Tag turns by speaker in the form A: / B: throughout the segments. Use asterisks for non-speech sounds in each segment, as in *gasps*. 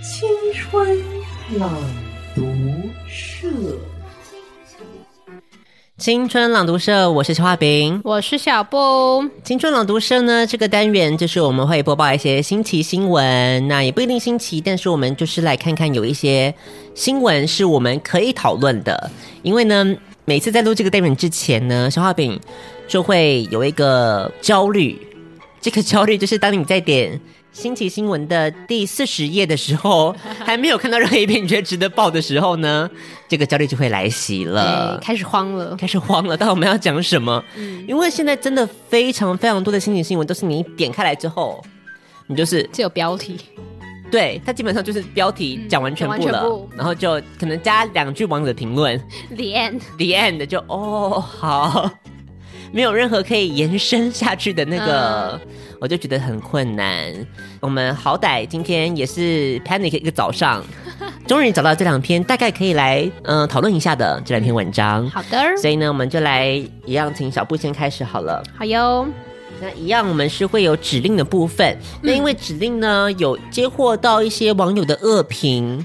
A: 青春朗读社，
B: 青春朗读社，我是乔画饼。
C: 我哦是哦小布，
B: 青春朗读社呢，这个单元就是我们会播报一些新奇新闻，那也不一定新奇，但是我们就是来看看有一些新闻是我们可以讨论的。因为呢，每次在录这个单元之前呢，小画饼就会有一个焦虑，这个焦虑就是当你在点。新奇新闻的第四十页的时候，还没有看到任何一篇你觉得值得报的时候呢，这个焦虑就会来袭了
C: 哎，。开始慌了。 *laughs*
B: 开始慌了，到底我们要讲什么？
C: 嗯
B: 因为现在真的非常非常多的新情新闻都是你一点开来之后，你就是
C: 这有标题，
B: 对它基本上就是标题讲完全部了，
C: 嗯讲完全部
B: 然后就可能加两句网友的评论
C: 脸
B: ，the end 就哦好，没有任何可以延伸下去的那个。
C: 嗯
B: 我就觉得很困难。我们好歹今天也是 panic 一个早
C: *laughs*
B: 上，终于找到这两篇大概可以来嗯、呃讨论一下的这两篇文章。
C: 好的，
B: 所以呢，我们就来一样，请小布先开始好了。
C: 好哟。
B: 那一样，我们是会有指令的部分。那因为指令呢，有接获到一些网友的恶 *laughs* 评，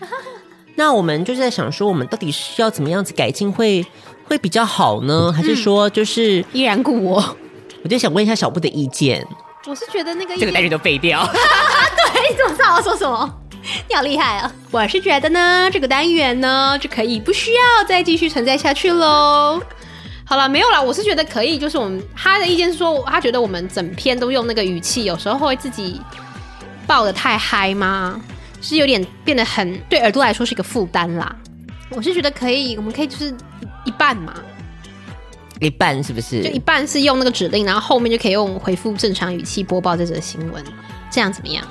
B: 那我们就是在想说，我们到底是要怎么样子改进会会比较好呢？还是说，就是、
C: 依然故我，
B: 我就想问一下小布的意见，
C: 我是觉得那个
B: 这个单元都废掉。
C: 哎，你怎么知道我要说什么？ *laughs* 你好厉害啊！我是觉得呢，这个单元呢就可以不需要再继续存在下去喽。好了，没有啦，我是觉得可以，就是我们他的意见是说，他觉得我们整篇都用那个语气，有时候会自己爆的太嗨吗？是有点变得很对耳朵来说是一个负担啦。我是觉得可以，我们可以就是一半嘛，
B: *laughs* 一半是不是？
C: 就一半是用那个指令，然后后面就可以用回复正常语气播报这则新闻，这样怎么样？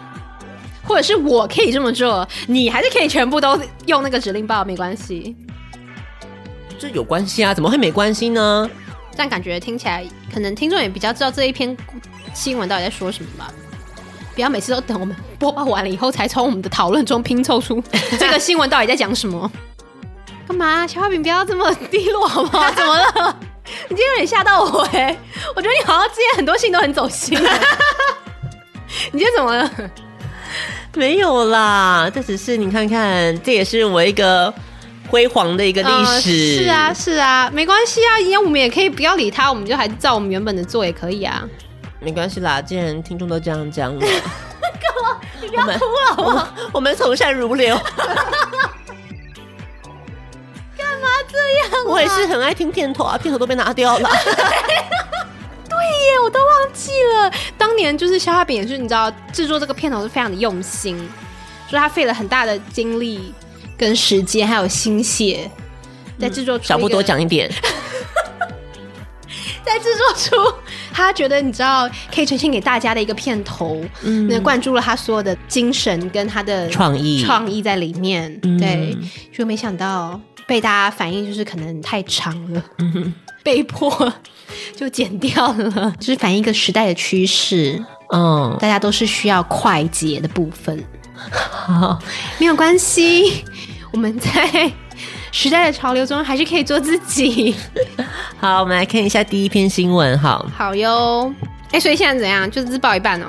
C: 或者是我可以这么做，你还是可以全部都用那个指令报，没关系。
B: 这有关系啊？怎么会没关系 *laughs* 呢？
C: 这样感觉听起来，可能听众也比较知道这一篇新闻到底在说什么吧。不要每次都等我们播报完了以后，才从我们的讨论中拼凑出这个新闻到底在讲什么。 *laughs* 干嘛？小花饼，不要这么低落好不好？怎么了？你今天有点吓到我哎、 *laughs* 我觉得你好像之前很多信都很走心、 *laughs* 欸。你今天怎么了？
B: 没有啦，这只是你看看，这也是我一个辉煌的一个历
C: 呃
B: 史、
C: 是啊，，是啊，没关系啊，因为我们也可以不要理他，我们就还是照我们原本的做也可以啊。
B: 没关系啦，既然听众都这样 *laughs* 讲了，
C: 你不要哭了好不好？
B: 我们从善如 *laughs* 流。干嘛这样、我也是很爱听片头啊，片头都被拿掉 *laughs* 了。
C: 对耶，我都忘记了。当年就是肖化饼，也是你知道制作这个片头是非常的用心，所以他费了很大的精力、跟时间还有心血，在制作出、
B: 小布嗯多，讲一点，
C: 在制作出他觉得你知道可以呈现给大家的一个片头，嗯，那灌注了他所有的精神跟他的
B: *laughs* 创意
C: 创意在里面，
B: 嗯
C: 对，就没想到被大家反应就是可能太长了，
B: 嗯
C: 被迫 *laughs* 就剪掉了，就是反映一个时代的趋势。
B: 嗯，
C: 大家都是需要快捷的部分。 *laughs* 没有关系，我们在时代的潮流中还是可以做自己。
B: 好，我们来看一下第一篇新闻。好，
C: 好哟，哎、所以现在怎样？就是只报一半哦。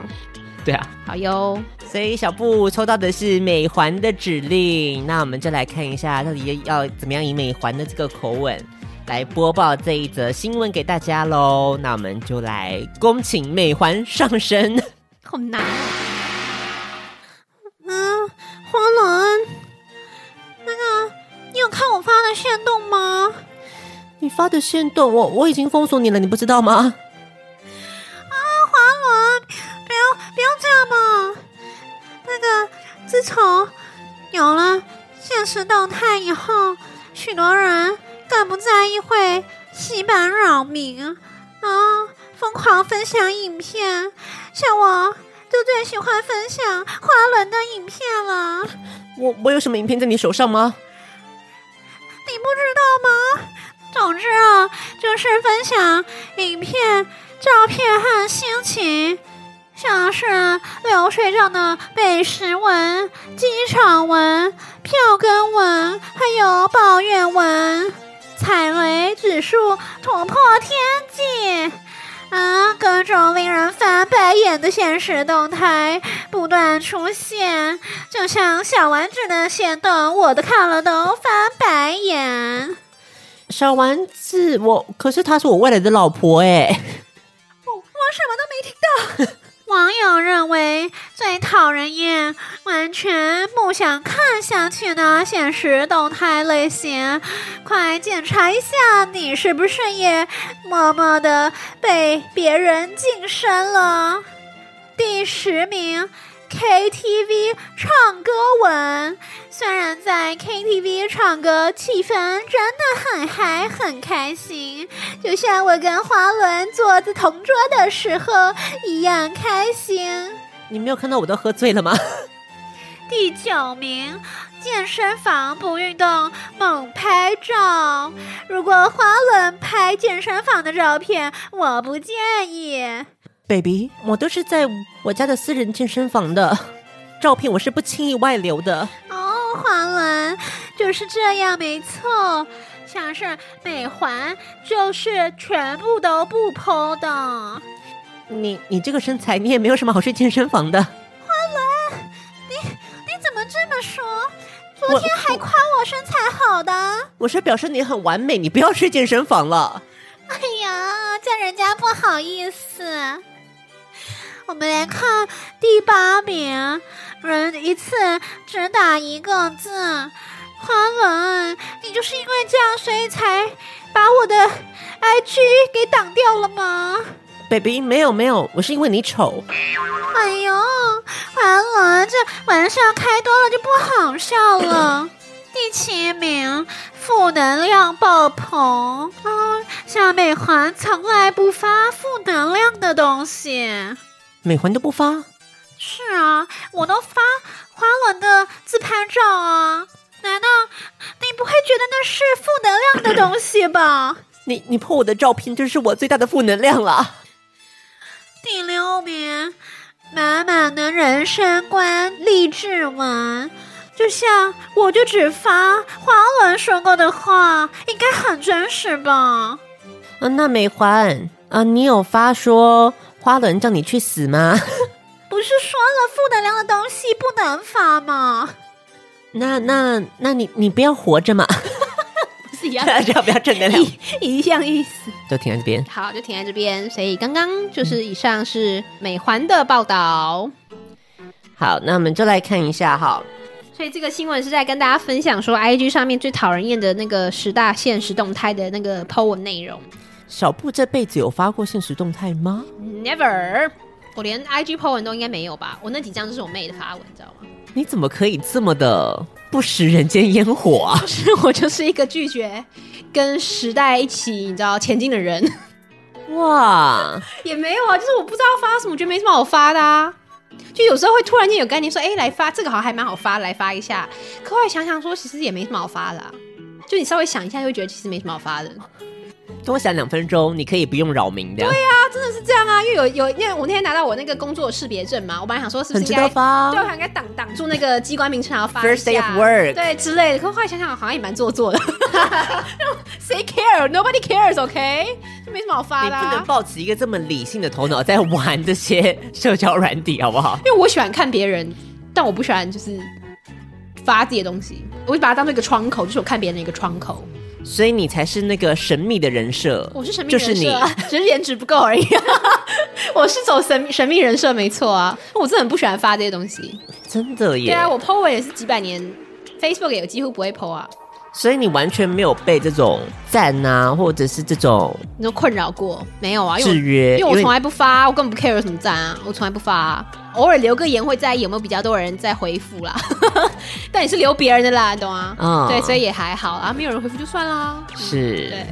B: 对啊，
C: 好哟，
B: 所以小布抽到的是美环的指令，那我们就来看一下到底要怎么样以美环的这个口吻来播报这一则新闻给大家喽。那我们就来恭请美环上身。
C: 好难、哦。
D: 嗯，花轮，那个，你有看我发的线动吗？
B: 你发的线动，我我已经封锁你了，你不知道吗？
D: 啊，华伦，不要不要这样嘛！那个，自从有了现实动态以后，许多人更不在意会洗版扰民啊，疯狂分享影片，像我就最喜欢分享花轮的影片了。
B: 我我有什么影片在你手上吗？
D: 你不知道吗？总之啊，就是分享影片、照片和心情，像是流水账的美食文、机场文、票根文，还有抱怨文。踩雷指数突破天际，啊，各种令人翻白眼的现实动态不断出现，就像小丸子的线动，我的看了都翻白眼。
B: 小丸子，我可是她是我未来的老婆哎、
D: 我我什么都没听到。 *laughs* 网友认为最讨人厌、完全不想看下去的现实动态类型，快检查一下你是不是也默默的被别人晋升了。第十名。KTV 唱歌文，虽然在 KTV 唱歌气氛真的很嗨，很开心，就像我跟华伦坐在同桌的时候一样开心。
B: 你没有看到我都喝醉了吗？
D: 第九名，健身房不运动猛拍照。如果花轮拍健身房的照片，我不建议。
B: *laughs* baby，我都是在我家的私人健身房的照片，我是不轻易外流的。
D: 哦，华伦就是这样，没错，像是美环就是全部都不剖的。
B: 你你这个身材，你也没有什么好去健身房的。
D: 你怎么这么说？
B: 我
D: 昨天还夸我身材好的，
B: 我是表示你很完美，你不要去健身房了。
D: 哎呀，叫人家不好意思。我们来看第八名，人一次只打一个字。花轮，你就是因为这样，所以才把我的 IG 给挡掉了吗？
B: baby，没有没有，我是因为你丑。
D: 哎呦，完了，这玩笑开多了就不好笑了。第七名，负能量爆棚。嗯，夏美环从来不发负能量的东西。
B: 美环都不发，
D: 是啊，我都发花轮的自拍照啊。难道你不会觉得那是负能量的东西吧？
B: 你你破我的照片，就是我最大的负能量了。
D: 第六名，满满的人生观励志文，就像我就只发华伦说过的话，应该很真实吧？
B: 啊，那美环啊，你有发说花轮叫你去死吗？ *laughs*
D: 不是说了负能量的东西不能发吗？
B: 那那那你你不要活着嘛，
C: 不是一样
B: 大家不要正能 *laughs* 量，
C: *laughs* 一样意思。
B: 就停在这边。
C: 好，就停在这边。所以刚刚就是以上是美环的报道，
B: 好，那我们就来看一下哈。
C: 所以这个新闻是在跟大家分享说，IG 上面最讨人厌的那个十大现实动态的那个 po 文内容。
B: 小布这辈子有发过现实动态吗？
C: Never，我连 IG po 文都应该没有吧？我那几张就是我妹的发文，你知道吗？
B: 你怎么可以这么的不食人间烟火啊？
C: 是我就是一个拒绝跟时代一起你知道前进的人，
B: 哇，
C: *laughs* 也没有啊，就是我不知道发什么，我觉得没什么好发的啊。就有时候会突然间有概念说，哎、来发这个好像还蛮好发，来发一下。可后来想想说，其实也没什么好发的啊、就你稍微想一下，就会觉得其实没什么好发的。
B: *laughs* 多想两分钟，你可以不用扰民的，对呀、
C: 真的是这样啊，因为有有，因为我那天拿到我那个工作识别证嘛，我本来想说是不
B: 很
C: 是
B: 值
C: 应该
B: 得发啊
C: 对，我。想应该挡挡住那个机关名称，然后发一
B: 哦 First
C: 下
B: day of work
C: 对之类的。可后来想想，好像也蛮做作
B: *laughs*
C: 的。谁 care？Nobody cares，OK？、就没什么好发
B: 你
C: 的、
B: 不能
C: 啊。
B: 抱持一个这么理性的头脑在玩这些社交软体，好不好？
C: 因为我喜欢看别人，但我不喜欢就是发自己的东西，我就把它当做一个窗口，就是我看别人的一个窗口。
B: 所以你才是那个神秘的人设，
C: 我是神秘
B: 就
C: 人
B: 是你
C: 设、。啊，只是颜值不够而已、我是走神秘神秘人设没错啊，我真的很不喜欢发这些东西。
B: 真的
C: 对
B: 耶！
C: 啊，我 PO 文也是几百年，Facebook 也几乎不会 PO 啊。
B: 所以你完全没有被这种赞啊，或者是这种
C: 你说困扰过没有啊？因为我
B: 制约，
C: 因为我从来不发，我根本不 care 有什么赞啊，我从来不发、啊，偶尔留个言会在意有没有比较多人在回复啦。 *laughs* 但你是留别人的啦，你懂啊？
B: 嗯
C: 对，所以也还好啊，没有人回复就算啦。
B: 是
C: 嗯对，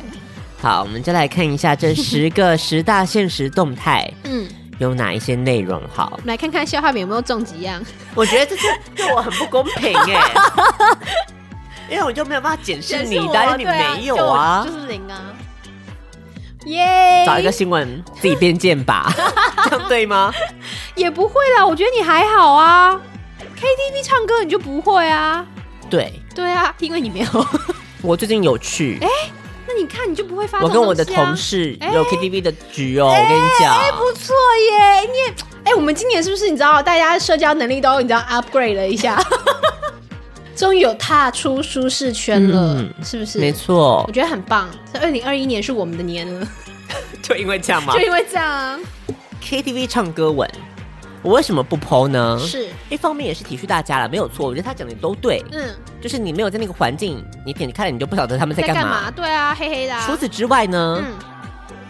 B: 好，我们就来看一下这十个 *laughs* 十大现实动态
C: 嗯，
B: 有哪一些内容。好
C: 我，们来看看消化饼有没有中几样。
B: 我觉得这是对我很不公平
C: *laughs*
B: 哎、因为我就没有办法检视你的，因为你
C: 对
B: 没有啊
C: 就。是零啊。耶、
B: 找一个新闻自己编键
C: *laughs*
B: 吧，这样对吗？
C: 也不会啦，我觉得你还好啊。KTV 唱歌你就不会啊？
B: 对，
C: 对啊，因为你没有。 *laughs*
B: 我最近有去，
C: 那你看你就不会发这
B: 我跟我的
C: 种东西啊、
B: 同事
C: 哎
B: 有 KTV 的局哦，我跟你讲，
C: 不错耶，你也哎、我们今年是不是你知道大家社交能力都你知道 upgrade 了一下， *laughs* 终于有踏出舒适圈了，
B: 嗯
C: 是不是？
B: 没，错
C: 我，觉得很棒。这二零二一年是我们的年了，
B: *laughs* 就因为这样嘛
C: 就因为这样啊，
B: KTV 唱歌文，我为什么不 PO 呢？
C: 是
B: 一方面也是体恤大家了，没有错，我觉得他讲的都对，
C: 嗯，
B: 就是你没有在那个环境，你点开了你就不晓得他们在
C: 在
B: 干
C: 干
B: 嘛。
C: 对啊，黑黑的、啊。
B: 除此之外呢，
C: 嗯，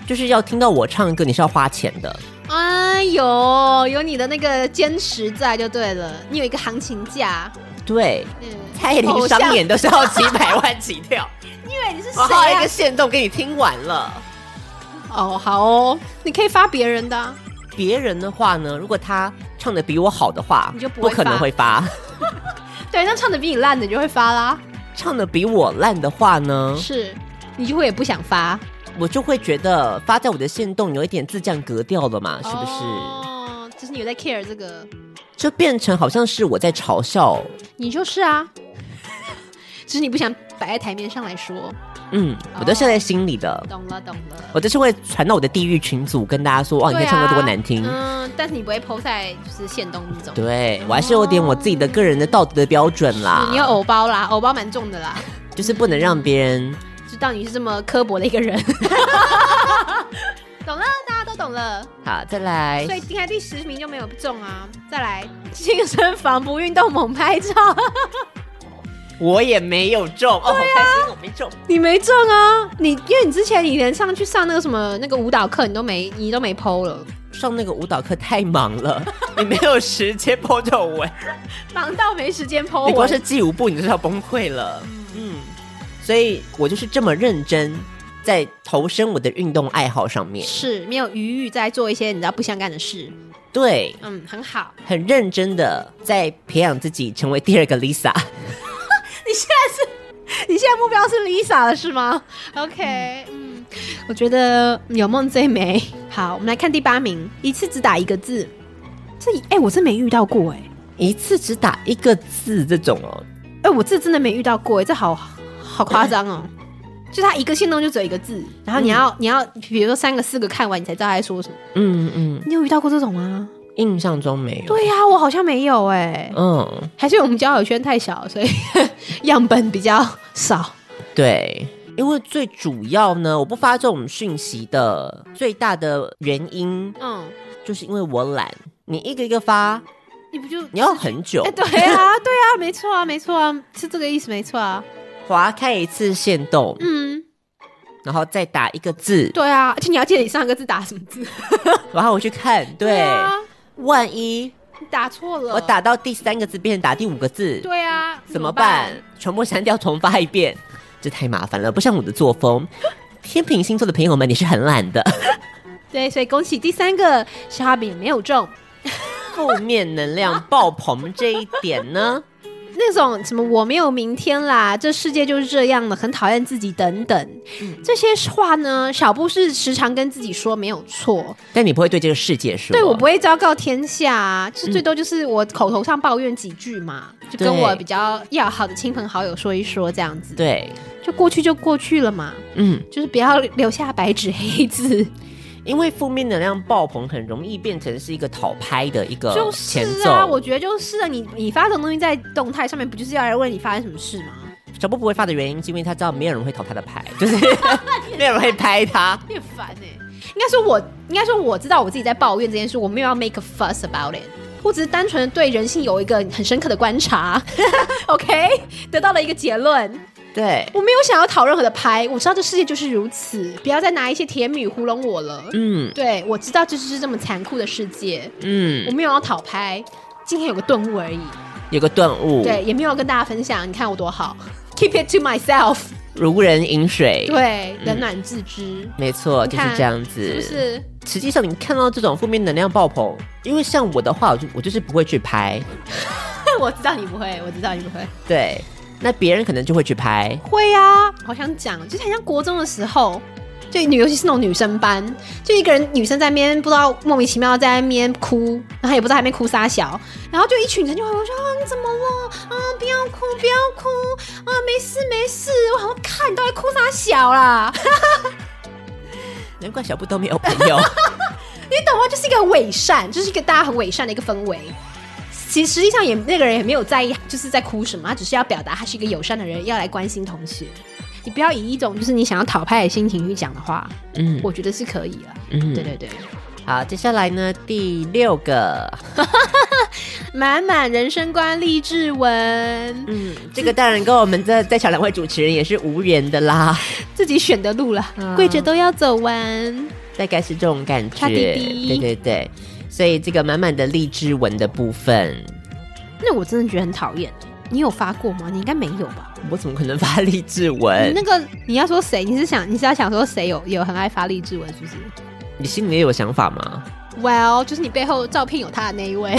B: 就是要听到我唱歌，你是要花钱的。
C: 哎呦，有你的那个坚持在就对了，你有一个行情价。
B: 对，
C: 嗯，
B: 蔡依林商演都是要几百万起
C: *laughs*
B: 跳，
C: 你以为你是谁
B: 我画了
C: 啊
B: 一个？线动给你听完了。
C: 哦，好哦，你可以发别人的啊、
B: 别人的话呢，如果他唱的比我好的话，
C: 你就不
B: 不
C: 会
B: 可能
C: 发
B: 会发；
C: 对，那唱的比你烂的你就会发啦。
B: 唱的比我烂的话呢，
C: 是你就会也不想发，
B: 我就会觉得发在我的线动有一点自降格调了嘛，是不是？
C: 哦，就是你有在 care 这个，
B: 就变成好像是我在嘲笑，
C: 你就是啊， *laughs* 只是你不想摆在台面上来说。
B: 嗯，
C: 哦
B: 我都是在心里的。
C: 懂了，懂了。
B: 我就是会传到我的地狱群组，跟大家说，哇，哦你
C: 对
B: 看唱歌多难听。
C: 啊、嗯，但是你不会 PO 在就是线动那种。
B: 对我还是有点我自己的个人的道德的标准啦，
C: 你有偶包啦，偶包蛮重的啦，
B: 就是不能让别人
C: 知道你是这么刻薄的一个人。 *laughs* 懂了，大家都懂了，
B: 好再来
C: 所。以今天第十名就没有中啊。再来，健身房不运动猛拍照，
B: 我也没有中，哦，好开
C: 啊
B: 心，我没中。
C: 你没中啊？你因为你之前你连上去上那个什么那个舞蹈课，你都没你都没 PO 了，
B: 上那个舞蹈课太忙
C: *laughs*
B: 了，你没有时间播这种文，
C: 忙到没时间 PO
B: 你光
C: 哦我。
B: 是记舞步你就要崩溃了。嗯，所以我就是这么认真在投身我的运动爱好上面，
C: 是没有余裕在做一些你知道不相干的事，
B: 对，
C: 嗯，很好。
B: 很认真的在培养自己成为第二个 Lisa。 *laughs*
C: 你现在是，你现在目标是 Lisa 了是吗？OK，嗯，我觉得有梦最美。好，我们来看第八名，一次只打一个字。这哎、我真没遇到过哎、
B: 一次只打一个字这种哦，
C: 哎、我这真的没遇到过哎、这好好夸张 *laughs* 哦。就他一个线动就只有一个字，然后你要、你要，比如说三个四个看完，你才知道他在说什么。
B: 嗯嗯，
C: 你有遇到过这种吗？
B: 印象中没有。
C: 对呀、我好像没有哎、
B: 嗯，
C: *laughs* 还是我们交友圈太小，所以 *laughs* 样本比较少。
B: 对，因为最主要呢，我不发这种讯息的最大的原因，
C: 嗯，
B: 就是因为我懒。你一个一个发，
C: 你不就
B: 你要很久
C: 哎、，对啊， *laughs* 对啊，没错啊，没错啊，是这个意思，没错啊。
B: *laughs* 划开一次线动，
C: 嗯，
B: 然后再打一个字，
C: 对啊，而且你要记得你上一个字打什么字。
B: 然后我去看，对，
C: 啊，
B: 万一
C: 你打错了。
B: 我。打到第三个字变成打第五个字，
C: 对啊，
B: 怎么办？？全部删掉，重发一遍，这太麻烦了，不像我的作风。天秤星座的朋友们，你是很懒
C: *laughs*
B: 的，
C: 对，所以恭喜第三个小哈饼没有中。
B: 负面能
C: *laughs*
B: 量爆棚这一点呢，
C: 那种什么我没有明天啦，这世界就是这样的，很讨厌自己等等，
B: 嗯
C: 这些话呢，小布是时常跟自己说没有错，
B: 但你不会对这个世界说，
C: 对我不会昭告天下、啊，就最多就是我口头上抱怨几句嘛，就跟
B: 对
C: 我比较要好的亲朋好友说一说这样子。
B: 对，
C: 就过去就过去了嘛，
B: 嗯，
C: 就是不要留下白纸黑字。
B: 因为负面能量爆棚很容易变成是一个讨拍的一个
C: 就是
B: 呃前奏。
C: 啊，我觉得就是啊，你你发这种东西在动态上面，不就是要来问你发生什么事吗？
B: 小布不会发的原因，是因为他知道没有人会讨他的牌，就是 *laughs* 没有人会拍他。
C: 你很烦哎、应该说我，应该说我知道我自己在抱怨这件事，我没有要 make a fuss about it，我只是单纯的对人性有一个很深刻的观察 *laughs* ，OK，得到了一个结论。
B: 对，
C: 我没有想要讨任何的拍，我知道这世界就是如此，不要再拿一些甜米糊弄我了。
B: 嗯
C: 对，我知道这就是这么残酷的世界，我
B: 嗯，
C: 没有要讨拍，今天有个顿悟而已。
B: 有个顿悟，
C: 对，，也没有跟大家分享，你看我多好，keep it to myself，
B: 如人饮水，，
C: 对，冷暖自知，
B: 没错，
C: 你
B: 就
C: 看
B: 是这样子，
C: 是不是？ *laughs*
B: 实际上你看到这种负面能量爆棚，因为像我的话，我就我就是不会去拍，
C: 我知道你不会，我知道你不会，
B: 对，那别人可能就会去拍，
C: 会啊，好想讲，就是很像国中的时候。就女，尤其是那种女生班，就一个人女生在那边不知道莫名其妙在那边哭，然后也不知道在那边哭啥小，然后就一群人就会说啊你怎么了啊不要哭不要哭啊没事没事，我好像看你到底哭啥小啊啦，
B: 难怪小布都没有朋
C: *laughs*
B: 友。
C: 你懂吗？就是一个很伪善，就是一个大家很伪善的一个氛围。其实实际上也那个人也没有在意，就是在哭什么，他只是要表达他是一个友善的人，要来关心同学。你不要以一种就是你想要讨拍的心情去讲的话，
B: 嗯
C: 我觉得是可以了。
B: 嗯
C: 对对对，
B: 好，接下来呢，第六个，
C: 满满人生观励志文，
B: 嗯，这个当然跟我们的在场两位主持人也是无缘的啦，
C: 自己选的路了，
B: 嗯
C: 跪着都要走完。
B: 大概是这种感觉。
C: 差滴滴
B: 对对对，所以这个满满的励志文的部分，
C: 那我真的觉得很讨厌。你有发过吗？你应该没有吧？
B: 我怎么可能发励志
C: 你
B: 文？
C: 那个你要说谁？你是想你是要想说谁有有很爱发励志文是不是
B: 你心里也有想法吗？
C: ？Well，就是你背后照片有他的那一位。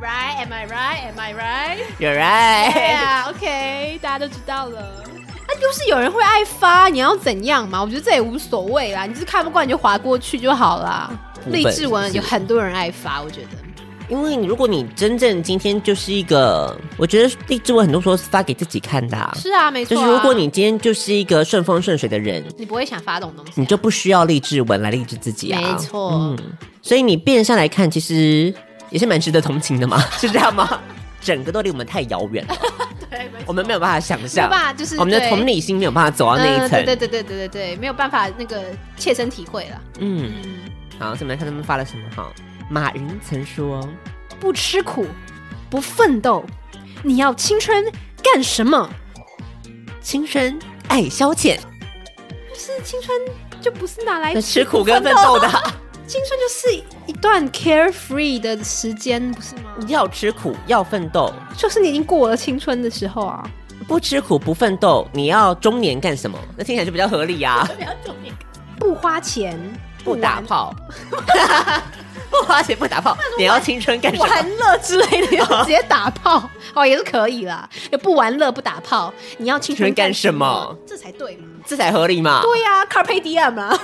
C: right? Am I right? Am I right?
B: 有 right，
C: Yeah, 哎 OK，大家都知道了。那、哎就是有人会爱发，你要怎样嘛？我觉得这也无所谓啦，你就是看不惯你就划过去就好啦。
B: 部分
C: 励志文
B: 是
C: 有
B: 不是
C: 很多人爱发，我觉得
B: 因为如果你真正今天就是一个，我觉得励志文很多时候是发给自己看的、啊，
C: 是啊，没错
B: 就
C: 啊、
B: 是如果你今天就是一个顺风顺水的人，
C: 你不会想发这种东西啊、
B: 你就不需要励志文来励志自己啊。
C: 没错。
B: 所以你变相来看，其实也是蛮值得同情的
C: *laughs*
B: 嘛，是这样吗？整个都离我们太遥远了，
C: 对，没错
B: 我们没有办法想象
C: *laughs* 没有办法就是
B: 我们的同理心没有办法走到那一层。
C: 嗯对对对对对对，没有办法那个切身体会了。
B: 嗯，好，所以我们来看他们发了什么哈。马云曾说
C: 不吃苦，不奋斗，你要青春干什么？：“
B: 青春爱消遣，
C: 就是青春就不是拿来
B: 那吃苦跟奋斗的， *laughs*
C: 青春就是一段 carefree 的时间，不是吗？
B: 要吃苦要奋斗，
C: 就是你已经过了青春的时候啊。
B: 不吃苦不奋斗，你要中年干什么？那听起来就比较合理 *laughs* 呀、啊。
C: 不花钱，
B: 不打
C: 玩
B: 炮， *laughs* 不花钱不打炮，你要青春干什么？”
C: 玩 *laughs* 乐之类的，直接打炮哦，也是可以啦。就不玩乐不打炮，你要青春干什
B: 干什
C: 么
B: 么？
C: 这才对嘛。
B: 这才合理嘛。
C: 对呀、c a r p e diem 啊。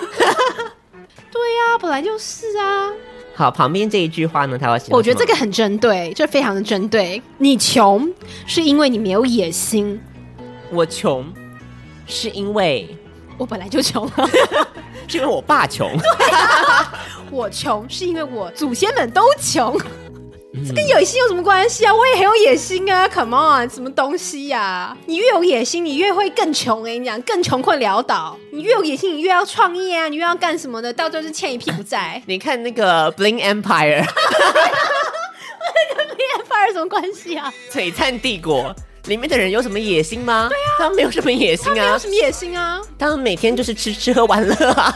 C: *laughs* 对呀、本来就是啊。
B: 好，旁边这一句话呢，他要写。
C: 我觉得这个很针对，这非常的针对。你穷是因为你没有野心，
B: 我穷，是因为
C: 我本来就穷。
B: *laughs* 是因为我爸穷。
C: 我穷是因为我祖先们都穷，这跟野心有什么关系啊？我也很有野心啊！Come on，什么东西呀、你越有野心，你越会更穷哎、欸！你讲更穷困潦倒，你越有野心，你越要创业啊，你越要干什么的，到最后就欠一屁股债
B: *laughs*，
C: *laughs*
B: 你看那个《Bling Empire》 *laughs*
C: 跟别人发生什么关系啊？
B: 璀璨帝国里面的人有什么野心吗？对啊，他们没有什么野心
C: 他没有
B: 啊
C: 什，么野心啊？
B: 他们每天就是吃吃喝玩乐啊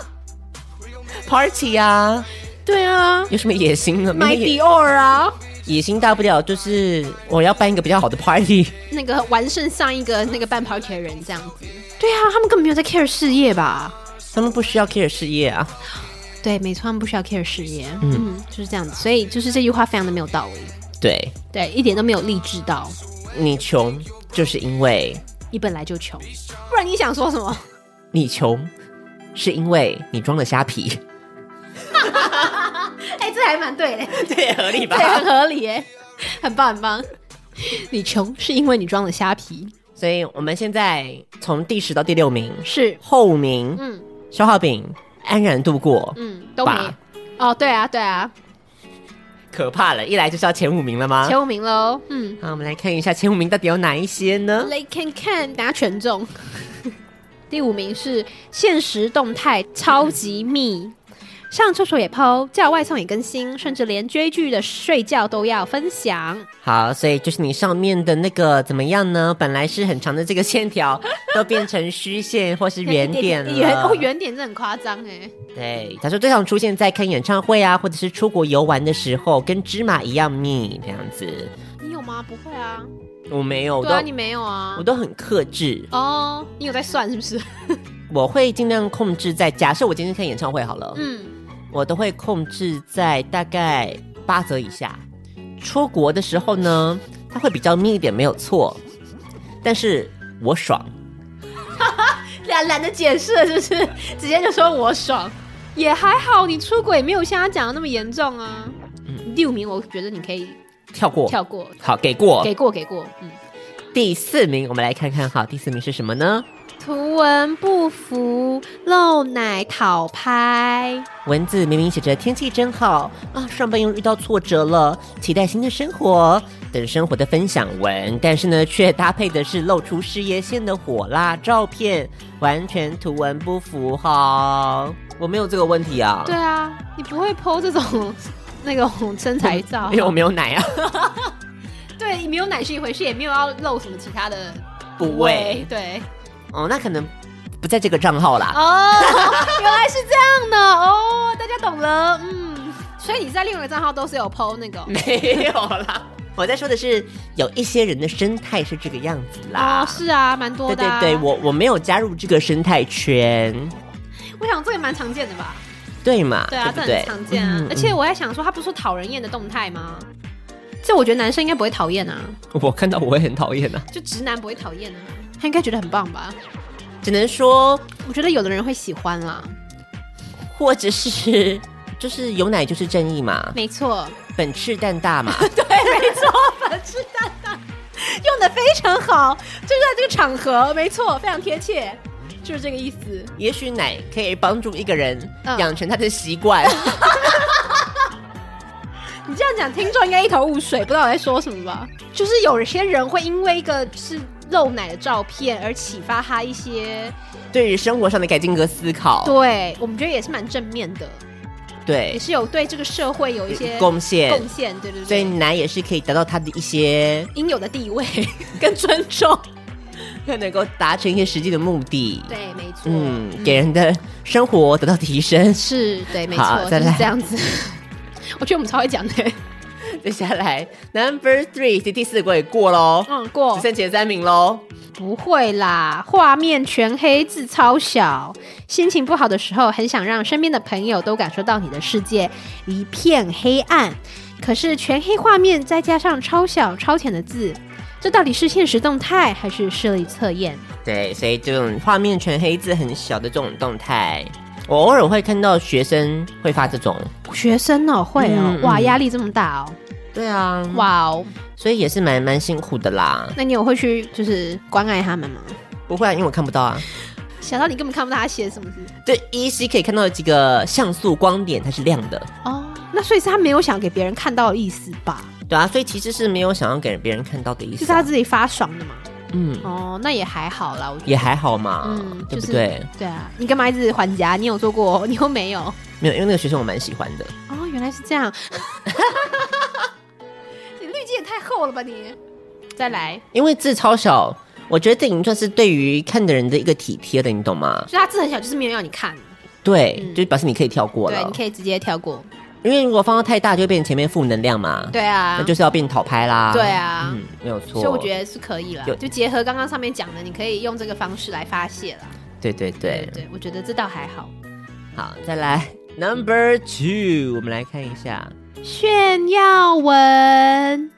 B: ，party 啊，
C: 对啊，
B: 有什么野心呢？
C: 买
B: 没有野
C: Dior 啊，
B: 野心大不了就是我要办一个比较好的 party。
C: 那个完胜上一个那个办 party 的人这样子。对啊，他们根本没有在 care 事业吧？
B: 他们不需要 care 事业啊，
C: 对，没错，他们不需要 care 事业，嗯就是这样子。所以就是这句话非常的没有道理，
B: 对
C: 对，一点都没有励志到。
B: 你穷就是因为
C: 你本来就穷， *laughs* 不然你想说什么？
B: 你穷是因为你装了虾皮，
C: *laughs* 哎、这还蛮对的，
B: 这也合理
C: *laughs* 对，很？合理耶， *laughs* 很棒很棒。你穷是因为你装了虾皮，
B: 所以我们现在从第十到第六名，
C: 是，
B: 后名、
C: 嗯
B: 消耗饼安然度过，
C: 嗯，都没
B: 吧。
C: 哦，对啊对啊，
B: 可怕了，一来就是要前五名了吗？
C: 前五名喽，嗯，
B: 好，我们来看一下前五名到底有哪一些呢？
C: 雷 can can，等下全中。 *laughs* 第五名是现实动态超级密，上厕所也抛，叫外送也更新，甚至连追剧的睡觉都要分享。
B: 好，所以就是你上面的那个怎么样呢？本来是很长的这个线条，都变成虚线或是圆点了。
C: 圆 *laughs* 哦，圆点这很夸张哎。
B: 对，他说最常出现在看演唱会啊，或者是出国游玩的时候，跟芝麻一样密这样子。
C: 你有吗？不会啊，
B: 我没有，我
C: 对
B: 都、
C: 啊，你没有啊
B: 我。都很克制，
C: 哦，你有在算是不是？
B: 我会尽量控制在。假设我今天看演唱会好了，
C: 嗯，
B: 我都会控制在大概八折以下。出国的时候呢，它会比较密一点，没有错，但是我爽。
C: 懒懒得解释了，是不是？直接就说我爽，也还好，你出轨没有像他讲的那么严重啊。
B: 嗯
C: 第五名，我觉得你可以
B: 跳过，
C: 跳过，
B: 好，给过。
C: 给过，给过，嗯，
B: 第四名，我们来看看哈，第四名是什么呢？
C: 图文不符，露奶讨拍。
B: 文字明明写着天气真好啊，上班又遇到挫折了，期待新的生活等生活的分享文，但是呢，却搭配的是露出事业线的火辣照片，完全图文不符哈。我没有这个问题啊，
C: 对，啊，你不会剖这种那种身材照
B: 因，为我 *laughs* 没有奶啊，
C: 对，没有奶是一回事，也没有要露什么其他的
B: 部位
C: 对，
B: 哦，那可能不在这个账号啦。
C: 哦， *laughs* 原来是这样的哦，大家懂了，嗯，所以你在另外一个账号都是有剖那个
B: *laughs* 没有啦，我在说的是有一些人的生态是这个样子啦。
C: 啊，是啊，蛮多
B: 对
C: 的、啊，
B: 对对，我我没有加入这个生态圈，
C: 我想这个蛮常见的吧，
B: 对嘛？
C: 对啊，
B: 不
C: 这
B: 对
C: 很常见啊，
B: 嗯
C: 而且
B: 嗯
C: 我还想说，他不是说讨人厌的动态吗？这我觉得男生应该不会讨厌啊，
B: 我看到我会很讨厌啊，
C: 就直男不会讨厌啊，他应该觉得很棒吧？
B: 只能说
C: 我觉得有的人会喜欢啊啦，
B: 或者是 *laughs* 就是有奶就是正义嘛，
C: 没错，
B: 本赤蛋大
C: *laughs*
B: 嘛，
C: 没错，粉吃蛋蛋用的非常好，就在这个场合，没错，非常贴切，就是这个意思。
B: 也许奶可以帮助一个人
C: 嗯
B: 养成他的习
C: *laughs*
B: 惯。
C: 你这样讲，听众应该一头雾水，不知道我在说什么吧？就是有些人会因为一个是露奶的照片而启发他一些，
B: 对于生活上的改进和思
C: 哦
B: 考，
C: 对我们觉得也是蛮正面的，也
B: 对
C: 是有对这个社会有一些
B: 贡献
C: 贡献，对对
B: 所以
C: 对，
B: 奶也是可以达到他的一些，
C: *laughs* 应有的地位跟尊重，
B: *laughs* 更能够达成一些实际的目的。
C: 对，没错，
B: 嗯，给人的生活得到提升。
C: 是对，没
B: 好
C: 错，
B: 再
C: 就是
B: 来
C: 这样子。 *laughs* 我觉得我们超会讲的，
B: *laughs* 接下来 number three 第第四个也过喽，
C: 嗯，过
B: 只剩前三名喽。
C: 不会啦，画面全黑，字超小。心情不好的时候，很想让身边的朋友都感受到你的世界一片黑暗。可是全黑画面再加上超小超浅的字，这到底是现实动态还是视力测验？
B: 对，所以这种画面全黑字很小的这种动态，我偶尔会看到学生会发这种。
C: 学生哦，会哦，
B: 嗯
C: 哇，
B: 嗯
C: 压力这么大哦，
B: 对啊，哇，
C: 哇哦，
B: 所以也是蛮蛮辛苦的啦。
C: 那你有会去就是关爱他们吗？
B: 不会、啊，因为我看不到啊。
C: 想到你根本看不到他写什么字
B: 对，依稀可以看到几个像素光点，它是亮的。
C: 哦，那所以是他没有想给别人看到的意思吧？
B: 对啊，所以其实是没有想要给别人看到的意
C: 就是
B: 思啊、
C: 他自己发爽的嘛。
B: 嗯，
C: 哦，那也还好啦，我觉得
B: 也还好嘛，
C: 嗯，
B: 对
C: 就
B: 不
C: 是
B: 对？？
C: 啊，你干嘛一直还夹？你有做过， *laughs* 你又没有。
B: 没有，因为那个学生我蛮喜欢的。
C: 哦，原来是这样。 *laughs* 你滤镜也太厚了吧你！再来，
B: 因为字超小，我觉得这已经算是对于看的人的一个体贴了，你懂吗？
C: 所以它字很小，就是没有要你看，
B: 对，
C: 嗯
B: 就表示你可以跳过
C: 对，
B: 了
C: 你。可以直接跳过。
B: 因为如果放到太大，就会变成前面负能量嘛。、
C: 对啊
B: 那，就是要变讨拍啦。
C: 对啊
B: 嗯，没有错。
C: 所以我觉得是可以啦
B: 有，
C: 就结合刚刚上面讲的，你可以用这个方式来发泄啦。
B: 对对对。
C: 对，我觉得这倒还好。
B: 好，再来 number two，我们来看一下。
C: 炫耀文。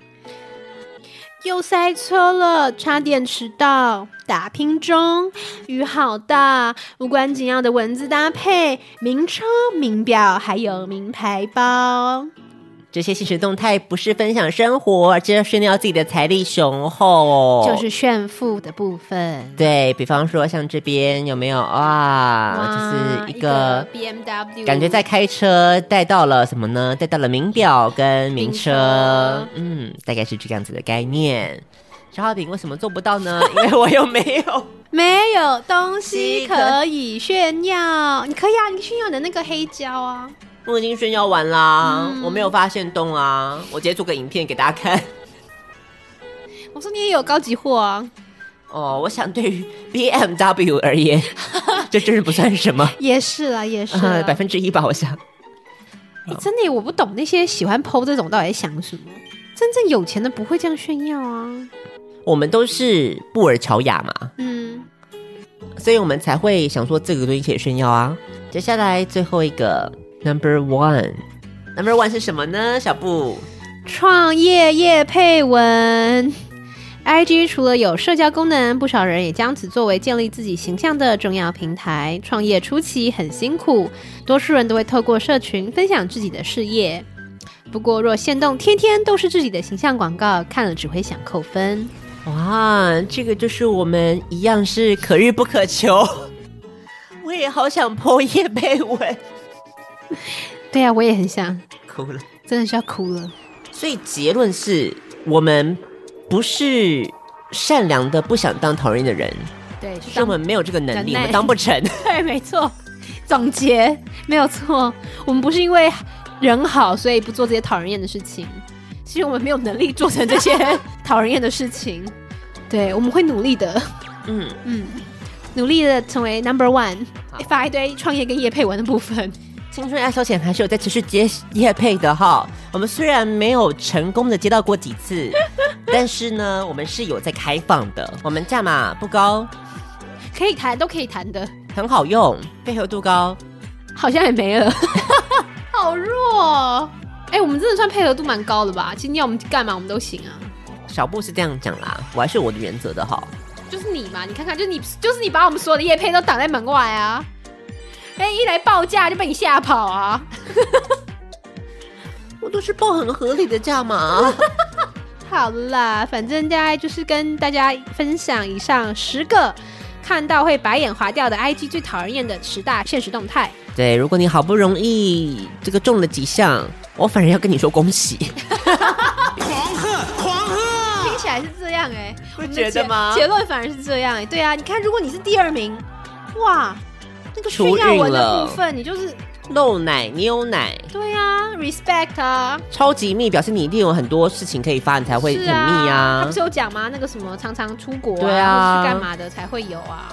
C: 又塞车了，差点迟到。打拼中，雨好大，无关紧要的文字搭配，名车、名表，还有名牌包。
B: 这些现实动态不是分享生活，而是炫耀自己的财力雄厚。
C: 就是炫富的部分。
B: 对比方说，像这边有没有哇？
C: 哇
B: 哦就是一个
C: BMW，
B: 感觉在开车带到了什么呢？带到了名表跟名车，
C: 名车
B: 嗯，大概是这个样子的概念。消耗品为什么做不到呢？ *laughs* 因为我又没有。
C: 没有东西
B: 西可
C: 可以炫耀。你可以啊，你炫耀你的那个黑胶啊。
B: 我已经炫耀完啦，
C: 嗯
B: 我没有发现洞啊，我直接做个影片给大家看。 *laughs*
C: 我说你也有高级货啊，
B: 哦，我想对于 BMW 而
C: *laughs*
B: 言，这真是不算什么，
C: 也是啦，也是啊啦。
B: *laughs* 百分之一吧，我想。
C: 欸真的耶，我不懂那些喜欢剖这种到底在想什么。真正有钱的不会这样炫耀啊。
B: 我们都是布尔乔亚嘛，
C: 嗯，
B: 所以我们才会想说这个东西可以炫耀啊。接下来最后一个 number one，number one 是什么呢？小布，
C: 创业业配文。IG 除了有社交功能，不少人也将此作为建立自己形象的重要平台。创业初期很辛苦，多数人都会透过社群分享自己的事业。不过，若限动天天都是自己的形象广告，看了只会想扣分。
B: 哇，这个就是我们一样是可遇不可求。 *laughs* 我也好想破夜被吻，
C: 对啊，我也很想，
B: 哭了。
C: 真的是要哭了。
B: 所以结论是我们不是善良的，不想当讨人厌的人，
C: 对，就是
B: 我们没有这个能
C: 忍
B: 力，我
C: 耐
B: 们当不成。
C: *laughs* 对，没错，总结没有错。我们不是因为人好，所以不做这些讨人厌的事情，是因为我们没有能力做成这些讨人厌的事情。 *laughs* 对，我们会努力的，
B: 嗯，
C: 嗯，努力的成为 number one
B: 好。
C: 发一堆创业跟叶佩文的部分，
B: 青春爱消遣还是有在持续接夜配的哈。我们虽然没有成功的接到过几次，但是呢，我们是有在开放的。我们价码不高，
C: 可以谈都可以谈的，
B: 很好用，配合度高。
C: 好像也没了， *laughs* 好弱、哦。 *laughs* 哎、我们真的算配合度蛮高的吧？今天我们干嘛我们都行啊。
B: 小布是这样讲啦，我还是有我的原则的哈。
C: 就是你嘛，你看看，就是你，就是你把我们所有的叶配都挡在门外啊！哎、一来报价就被你吓跑啊！
B: 我都是报很合理的价码。
C: 好啦，反正大概就是跟大家分享以上十个看到会白眼滑掉的 IG 最讨人厌的十大现实动态。
B: *laughs* 对，如果你好不容易这个中了几项，我反而要跟你说恭喜。
C: 听起来是这样哎、
B: 会
C: 我们的
B: 觉得
C: 结
B: 吗
C: 结论反而是这样哎、对啊，你看，如果你是第二名，哇，那个炫
B: 除
C: 耀
B: 运
C: 文的
B: 了
C: 部分，你就是
B: 漏奶、牛奶、
C: 对啊，respect 啊。
B: 超级密，表示你一定有很多事情可以发，你才会很
C: 是
B: 密
C: 啊。他
B: 啊
C: 不是。有讲吗？那个什么常常出国啊，
B: 对啊
C: 或者是干嘛的才会有啊。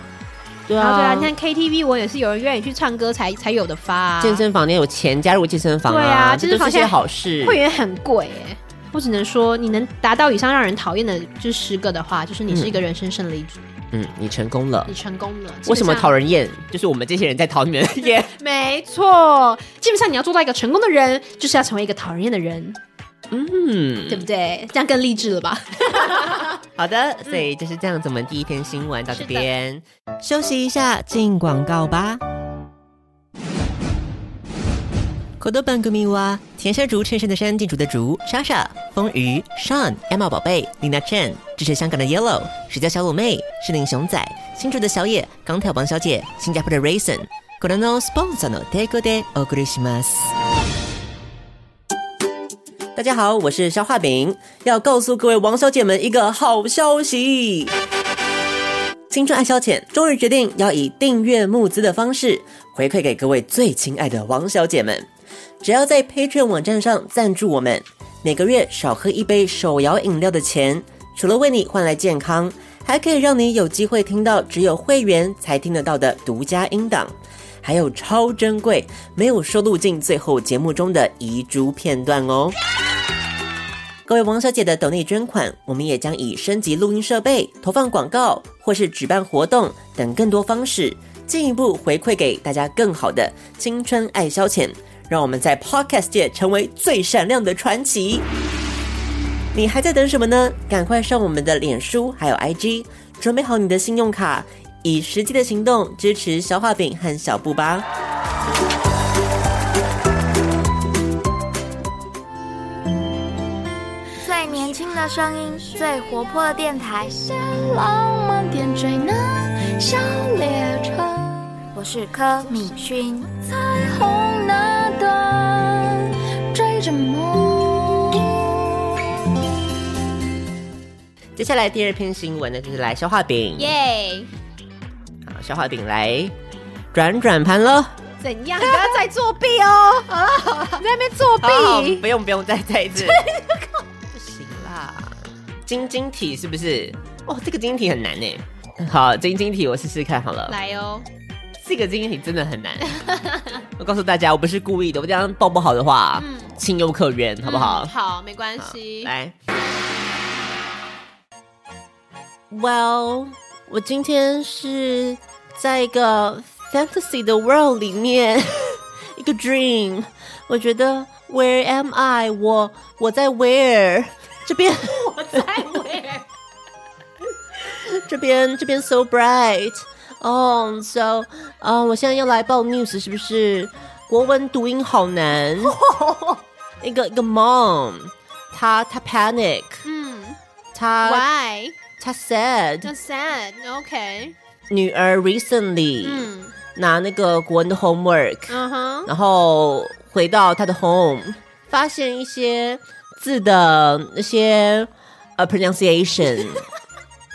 B: 对
C: 然后对啊，
B: 啊
C: 你，看 KTV 我也是有人愿意去唱歌才才有的发、啊。
B: 健身房你有钱加入健身房
C: 对啊
B: 这
C: 健身
B: 都
C: 房
B: 是件
C: 现在
B: 好事。
C: 会员很贵哎、我只能说，你能达到以上让人讨厌的就是十个的话，就是你是一个人生胜利者，
B: 嗯，你成功了
C: 你。成功了。基本上
B: 为什么讨？人厌？就是我们这些人在讨你们 *laughs* 厌。
C: 没错，基本上你要做到一个成功的人，就是要成为一个讨人厌的人，
B: 嗯，
C: 对不对？这样更励志
B: *laughs*
C: 了吧？
B: 好的，所以就是这样子，我们第一篇新闻到这边，休息一下，进广告吧。この番組は田山竹衬衫的山建筑的竹莎莎、风雨、Sean、Emma 宝贝、Lina Chen，支持香港的 Yellow、石家小卤妹、士林熊仔、新竹的小野、港台王小姐、新加坡的 Raisin。これのスポンサーの提供でお送りします。大家好，我是肖画饼，要告诉各位王小姐们一个好消息。青春爱消遣终于决定要以订阅募资的方式回馈给各位最亲爱的王小姐们，只要在 Patreon 网站上赞助我们，每个月少喝一杯手摇饮料的钱，除了为你换来健康，还可以让你有机会听到只有会员才听得到的独家音档，还有超珍贵没有收录进最后节目中的遗珠片段哦。各位王小姐的斗内捐款，我们也将以升级录音设备、投放广告或是举办活动等更多方式，进一步回馈给大家更好的青春爱消遣，让我们在 Podcast 界成为最闪亮的传奇。你还在等什么呢？赶快上我们的脸书还有 IG，准备好你的信用卡，以实际的行动支持小画饼和小布吧。
E: 最年轻的声音，最活泼的电台，
F: 浪漫点缀那小列车，
E: 我是柯敏勋。
F: 彩虹那端追着梦。
B: 接下来第二篇新闻呢，就是来消化饼。
C: 耶、
B: 好，消化饼来转转盘喽。
C: 怎样？你不要再作弊哦！好了好 *laughs* 了，你在那边作弊。
B: 好，不用不用，再再一次，不行啦。晶晶体是不是？哦，这个晶晶体很难呢。好，晶晶体我试试看好了。
C: 来哦，
B: 这个晶晶体真的很难。我告诉大家，我不是故意的，我这样报不好的话，
C: 嗯
B: 情有可原，好不好？
C: 嗯好，没关
B: 好
C: 系。
B: 来，Well，我今天是在一个 fantasy 的 world 里面，一个 dream。我觉得 Where am I？我我在 where？这边 *laughs* 我在 where？这边这边 so bright。哦、s o 啊、我现在要来报 news 是不是？国文读音好 *laughs* 难。一个一个 mom，她她 panic，
C: 嗯
B: 她
C: ，Why？
B: 他 said
C: That's sad，OK，、
B: 女儿 recently、
D: Hmm.
C: 嗯
B: 拿那个国文的 homework，、
C: 嗯哼，
B: 然后回到她的 home，发现一些字的那些呃 pronunciation，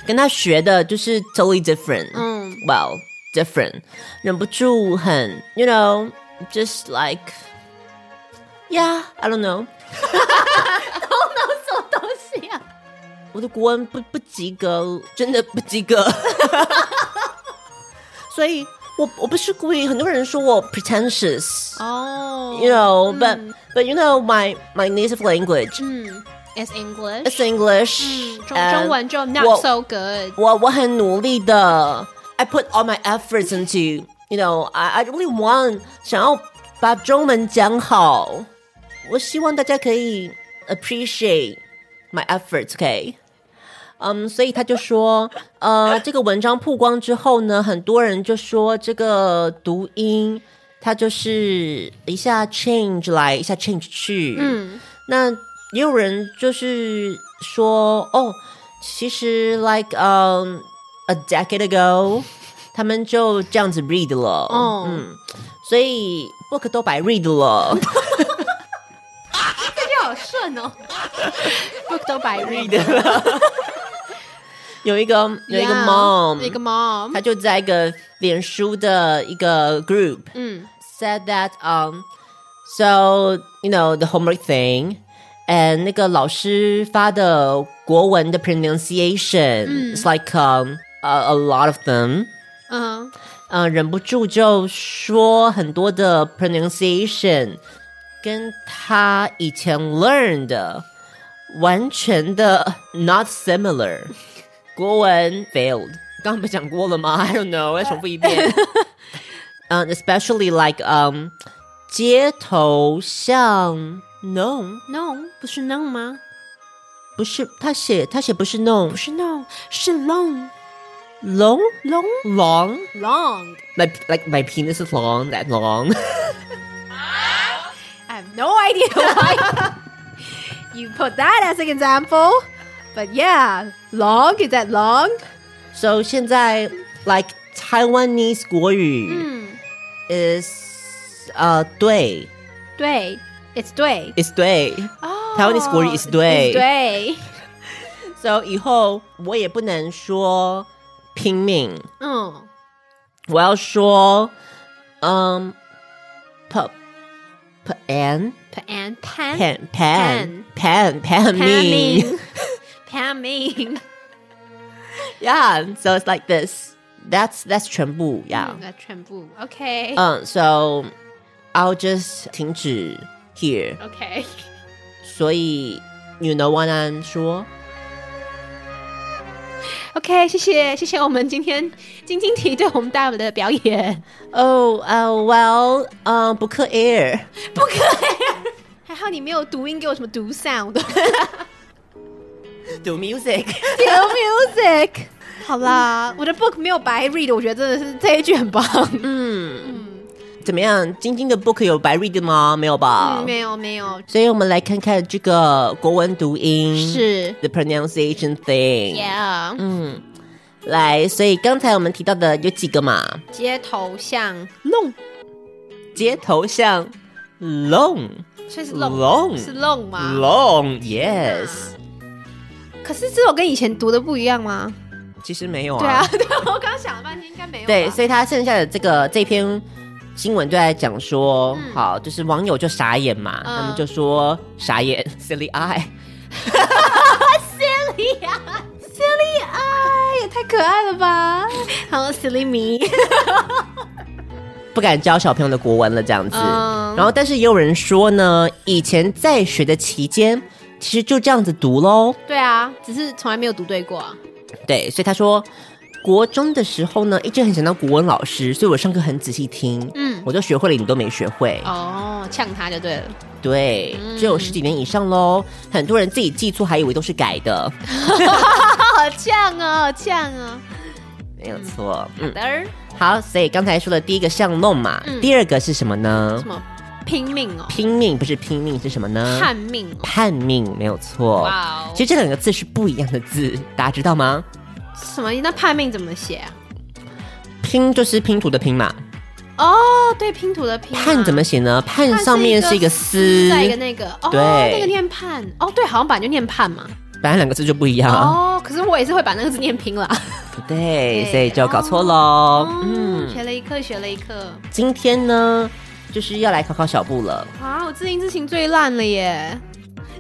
B: 跟她学的就是 totally different，
C: 嗯
B: w e l l different，忍不住很，you know，just like，yeah，I don't know， *laughs*
C: 什么东西啊？
B: 我的国文不不及格，真的不及格。 *laughs* 所以我我不是故意，很多人说我 pretentious，you
C: 哦
B: know，but、
C: 嗯
B: but you know my my native language
C: 嗯，as English，
B: is English，
C: 嗯，中
B: and
C: 中文就 not
B: 我
C: so good，
B: 我我很努力的，I put all my efforts into you know I I really want 想要把中文讲好，我希望大家可以 appreciate my efforts，OK、嗯所以他就说，呃，这个文章曝光之后呢，很多人就说这个读音，它就是一下 change 来，一下 change 去，
C: 嗯
B: 那也有人就是说，哦，其实 like um a decade
C: *laughs*
B: ago，他们就这样子 read 了，
C: 哦
B: 嗯，所以 book 都白 read 了
C: 这就好顺哦，book 都白 read，
B: ，read 了。 *laughs* 有一个有一个 mom，
C: 一个 mom，
B: 她就在一个脸书的一个 group，
C: 嗯
B: said that um so you know the homework thing and 那个老师发的国文的 pronunciation、it's like um a, a lot of them
C: 嗯
B: 呃忍不住就说很多的 pronunciation 跟他以前 learn 的完全的 not similar 国文 failed 刚刚不是讲过了吗？I don't know，我再重复一 *laughs* 遍。嗯、e s p e c i a l l y like 嗯、街头巷弄
C: ，no，不是 no 吗？
B: 不是他写他写不是弄
C: 不是 no，是 long
B: 龙
C: long
B: long
C: long。
B: my like my penis is long that long
C: I have no idea why *laughs*
D: *laughs*
C: you put that as an example. But yeah, long is that long?
B: So 现在 like Taiwanese 国语、is 呃对
C: 对，it's 对。
B: ，is 对。
C: 哦
B: Taiwanese 国语 is 对
C: 对，
B: So 以后我也不能说拼命，
C: 嗯，
B: 我要说嗯 p p an
C: 潘潘
B: pan pan pan pan
C: 潘
B: me
C: *laughs* 明，潘明
B: *laughs* yeah. So it's like this. That's that's 全部 yeah. Uh
C: 嗯那全部 OK
B: 嗯，So I'll just 停止 here.
C: OK，
B: 所以 you know what I'm 说。
C: OK，谢谢谢谢我们今天晶晶提对我们大的表演，
B: Oh, uh, well, uh, 不克 air.
C: 不可以，还好你没有读音给我什么读 *laughs* sound。
B: *laughs* Do music. *laughs*
C: Dear music。好啦，我的 book 没有白 read，我觉得真的是这一句很棒。
B: 怎么样？晶晶的 book 有白 read 吗？没有吧？
C: 嗯没有没有，
B: 所以我们来看看这个国文读音
C: 是
B: the pronunciation thing。嗯
C: yeah，、
B: 来，所以刚才我们提到的有几个嘛？
C: 街头巷弄，
B: 街头巷，long
C: 所以是弄
B: 龙
C: 是弄吗？
B: long yes。
C: 可是这首跟以前读的不一样吗？
B: 其实没有
C: 对啊，对，我刚想了半天，应该没有吧。
B: 对，所以他剩下的这个这篇新闻就在讲说，好，就是网友就傻眼嘛，
C: 嗯
B: 他们就说傻眼 *laughs* silly eye，
C: Silly 呀、s i l l y 哎，也太可爱了吧！ *laughs* 好，Silly me，
B: 不敢教小朋友的国文了这样子。
C: 嗯
B: 然后，但是也有人说呢，以前在学的期间，其实就这样子读喽。
C: 对啊，只是从来没有读对过啊。
B: 对，所以他说。国中的时候呢，一直很想当国文老师，所以我上课很仔细听，
C: 嗯
B: 我就学会了，你都没学会。
C: 哦，呛他就对了。
B: 对，只有十几年以上喽，很多人自己记错，还以为都是改的，
C: 好呛哦，好呛哦。
B: 没有错。嗯，
C: 嘚
B: 好，所以刚才说的第一个巷弄嘛，第二个是什么呢
C: 嗯什？么拼命哦，
B: 拼命不是拼命是什么呢？
C: 叛命哦。
B: 叛命没有错。
C: 哇哦
B: 其实这两个字是不一样的字，大家知道吗？
C: 什么？那判命怎么写啊？
B: 拼就是拼图的拼嘛，
C: 哦，对，拼图的拼啊。
B: 判怎么写呢？判
C: 判
B: 上面是
C: 是
B: 一个丝，
C: 再一个那个哦，
B: 对
C: 那个念判哦，对，好像本来就念判嘛。
B: 本来两个字就不一样，
C: 哦，可是我也是会把那个字念拼了。
B: 对，
C: 对
B: 所以就搞错喽。*laughs*
C: 嗯，
B: 嗯，
C: 学了一课，学了一课。
B: 今天呢，就是要来考考小布了。
C: 啊，我自音自行最烂了耶！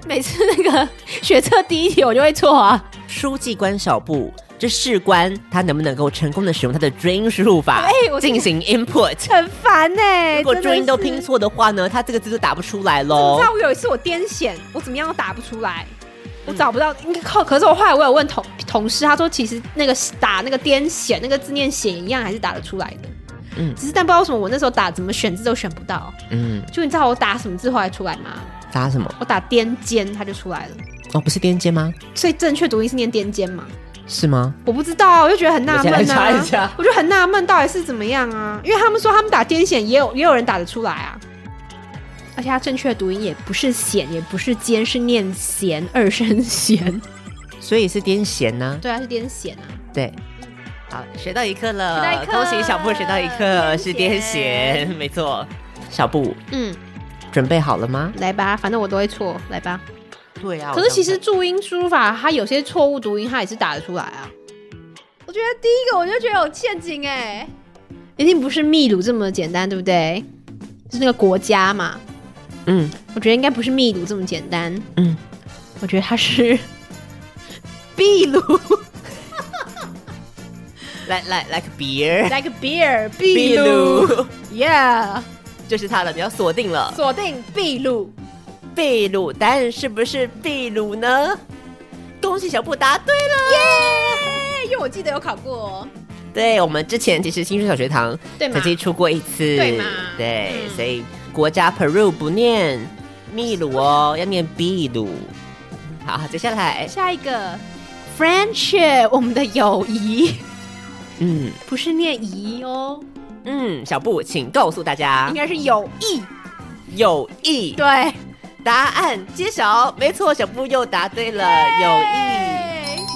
C: 每次那个学测第一题我就会错啊。
B: 书记官小布，这事关他能不能够成功的使用他的注音输入法
C: 哎我
B: 进行 input。
C: 很烦哎、
B: 如果
C: 真
B: 注
C: 的
B: 音都
C: 是
B: 拼。错的话呢，他这个字就打不出来
C: 你
B: 喽
C: 知。道我有一次我癫痫，我怎么样都打不出来，我找不到。应该靠，可是我后来我有问同同事，他说其实那个打那个癫痫那个字念痫一样，还是打得出来的。
B: 嗯
C: 只是但不知道为什么我那时候打怎么选字都选不到。
B: 嗯，
C: 就你知道我打什么字后来出来吗？
B: 打什么？
C: 我打癫痫，它就出来了。
B: 哦，不是颠尖吗？
C: 所以正确读音是念癫痫嘛？
B: 是吗？
C: 我不知道啊，我就觉得很纳
B: 我们
C: 闷
B: 先
C: 啊
B: 来查一下，
C: 我就很纳闷到底是怎么样啊？因为他们说他们打癫痫也有也有人打得出来啊，而且他正确的读音也不是痫，也不是尖，是念弦二声弦。
B: 所以是癫痫呢？
C: 对啊，是癫�痫啊。
B: 对。好，学到一课了，
C: 学到一课
B: 恭喜小布学到一课，
C: 癫痫
B: 是癫痫，没错。小布
C: 嗯，
B: 准备好了吗？
C: 来吧，反正我都会错，来吧。
B: 对啊
C: 可是其实注音输入法它有些错误读音，它也是打得出来啊。我觉得第一个我就觉得有陷阱哎、一定不是秘鲁这么简单，对不对？就是那个国家嘛，
B: 嗯
C: 我觉得应该不是秘鲁这么简单。
B: 嗯，
C: 我觉得它 *laughs* 是秘鲁
B: 来来 like *laughs* beer，
C: ，like beer，秘鲁，yeah，
B: *laughs* 就是它了，你要锁定了。
C: 锁定秘鲁。
B: 秘鲁，答案是不是秘鲁呢？恭喜小布答对了。
C: 哎，因为我记得有考过哦、
B: 对我们之前其实新春小学堂
C: 对嘛
B: 曾经出过一次，
C: 对嘛
B: 对
C: 嗯
B: 所以国家 Peru 不念秘鲁哦，要念秘鲁。好，接下来，
C: 下一个 friendship，我们的友谊
B: 嗯
C: 不是念谊哦，
B: 嗯，小布，请告诉大家
C: 应，该是友谊。
B: 友谊
C: 啊对，
B: 答案揭晓，没错，小布又答对了，友谊。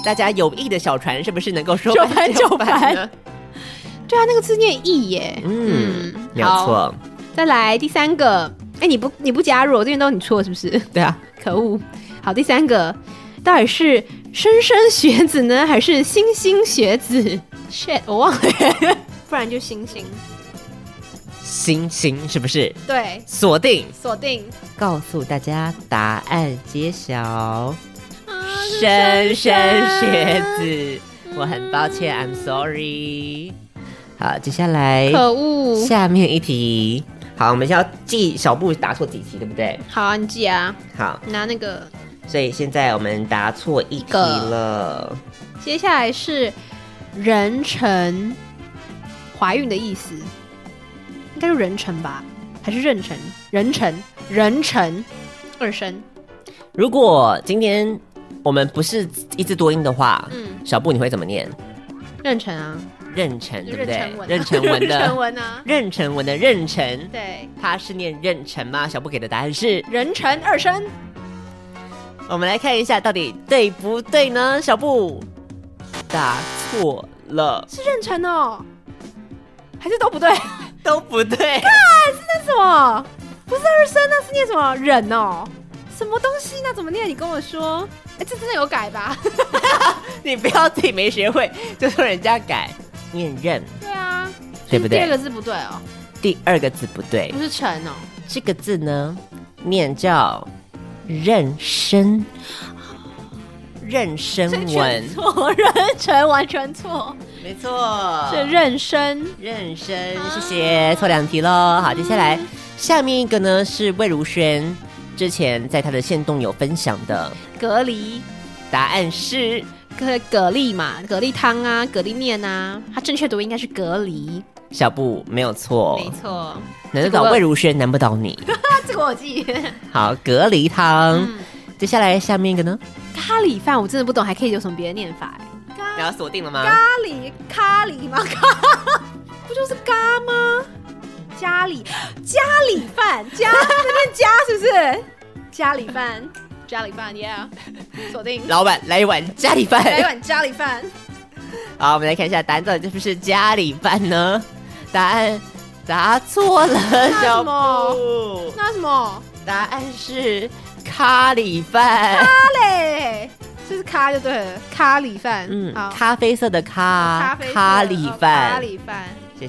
B: 大家友谊的小船是不是能够说
C: 说
B: 翻
C: 翻
B: 就
C: *laughs* 就
B: 翻呢
C: 翻？对啊，那个字念意耶。
B: 嗯，没有
C: 好。
B: 错，
C: 再来第三个，哎，你不你不加入，我这边都是你错是不是？
B: 对啊，
C: 可恶！好，第三个到底是莘莘学子呢，还是星星学子？shit，我忘了，不然就星星。
B: 星星是不是
C: 对，
B: 锁定？
C: 锁定。
B: 告诉大家答案揭晓，
C: 莘
B: 莘莘学子，我很抱歉，I'm sorry。好，接下来
C: 啊可恶！
B: 下面一题，好，我们要记小布答错几题，对不对？
C: 好啊，你记啊，
B: 好，
C: 拿那个。
B: 所以现在我们答错一题了，
C: 接下来是人辰，怀孕的意思，应该就人辰吧，还是妊娠？人辰，人辰，二声。
B: 如果今天我们不是一字多音的话，
C: 嗯
B: 小布你会怎么念？
C: 妊娠啊，
B: 妊娠，对不对？
C: 妊啊
B: 妊娠文
C: *laughs* 妊娠
B: 的
C: 文啊，
B: 妊娠
C: *laughs*
B: 文的妊娠，
C: 对，
B: 它是念妊娠吗？小布给的答案是，
C: 人辰二声，
B: 我们来看一下到底对不对呢？小布答错了，
C: 是妊娠哦，还是都不对？ *laughs*
B: 都不对。 *laughs*
C: 那什么？不是二声，啊那是念什么忍哦？什么东西？那怎么念？你跟我说。哎，这真的有改吧？ *laughs*
B: 你不要自己没学会就说人家改念认，
C: 对啊，
B: 对不对
C: 第二个字不对哦，
B: 第二个字不对
C: 不，是辰哦，
B: 这个字呢念叫妊娠，妊
C: 所以
B: 娠文
C: 全， *laughs* 错，人辰完全错，
B: 没错，
C: 是妊娠。
B: 妊娠，谢谢，错两题喽。好，接下来下面一个呢是魏如萱之前在她的线动有分享的，
C: 隔离，
B: 答案是
C: 蛤蛤蜊嘛，蛤蜊汤啊，蛤蜊面啊，它正确读音应该是隔离，
B: 小布没有错，
C: 错。
B: 难得倒魏如萱，难不倒 *laughs* 你。
C: 这个我记。
B: 好，隔离汤。接下来下面一个呢，
C: 咖喱饭我真的不懂，还可以有什么别的念法？
B: 你要锁定了吗？
C: 咖喱咖喱吗？咖不就是咖吗？家里家里饭家那边家是不是？家里饭家里饭，yeah，锁定。
B: 老板来一碗家里饭，
C: 来碗家里饭，
B: *laughs* 好，我们来看一下答案到底是不是家里办呢？答案答错了，小
C: 什么
B: 布。
C: 那什么
B: 答案是咖喱饭，
C: 咖喱，就是咖就对了，咖喱饭，
B: 嗯，
C: 好，
B: 咖啡色的咖，
C: 咖啡色
B: 咖
C: 哦
B: 喱
C: 咖
B: 饭，
C: 喱饭，
B: 谢
C: 哎，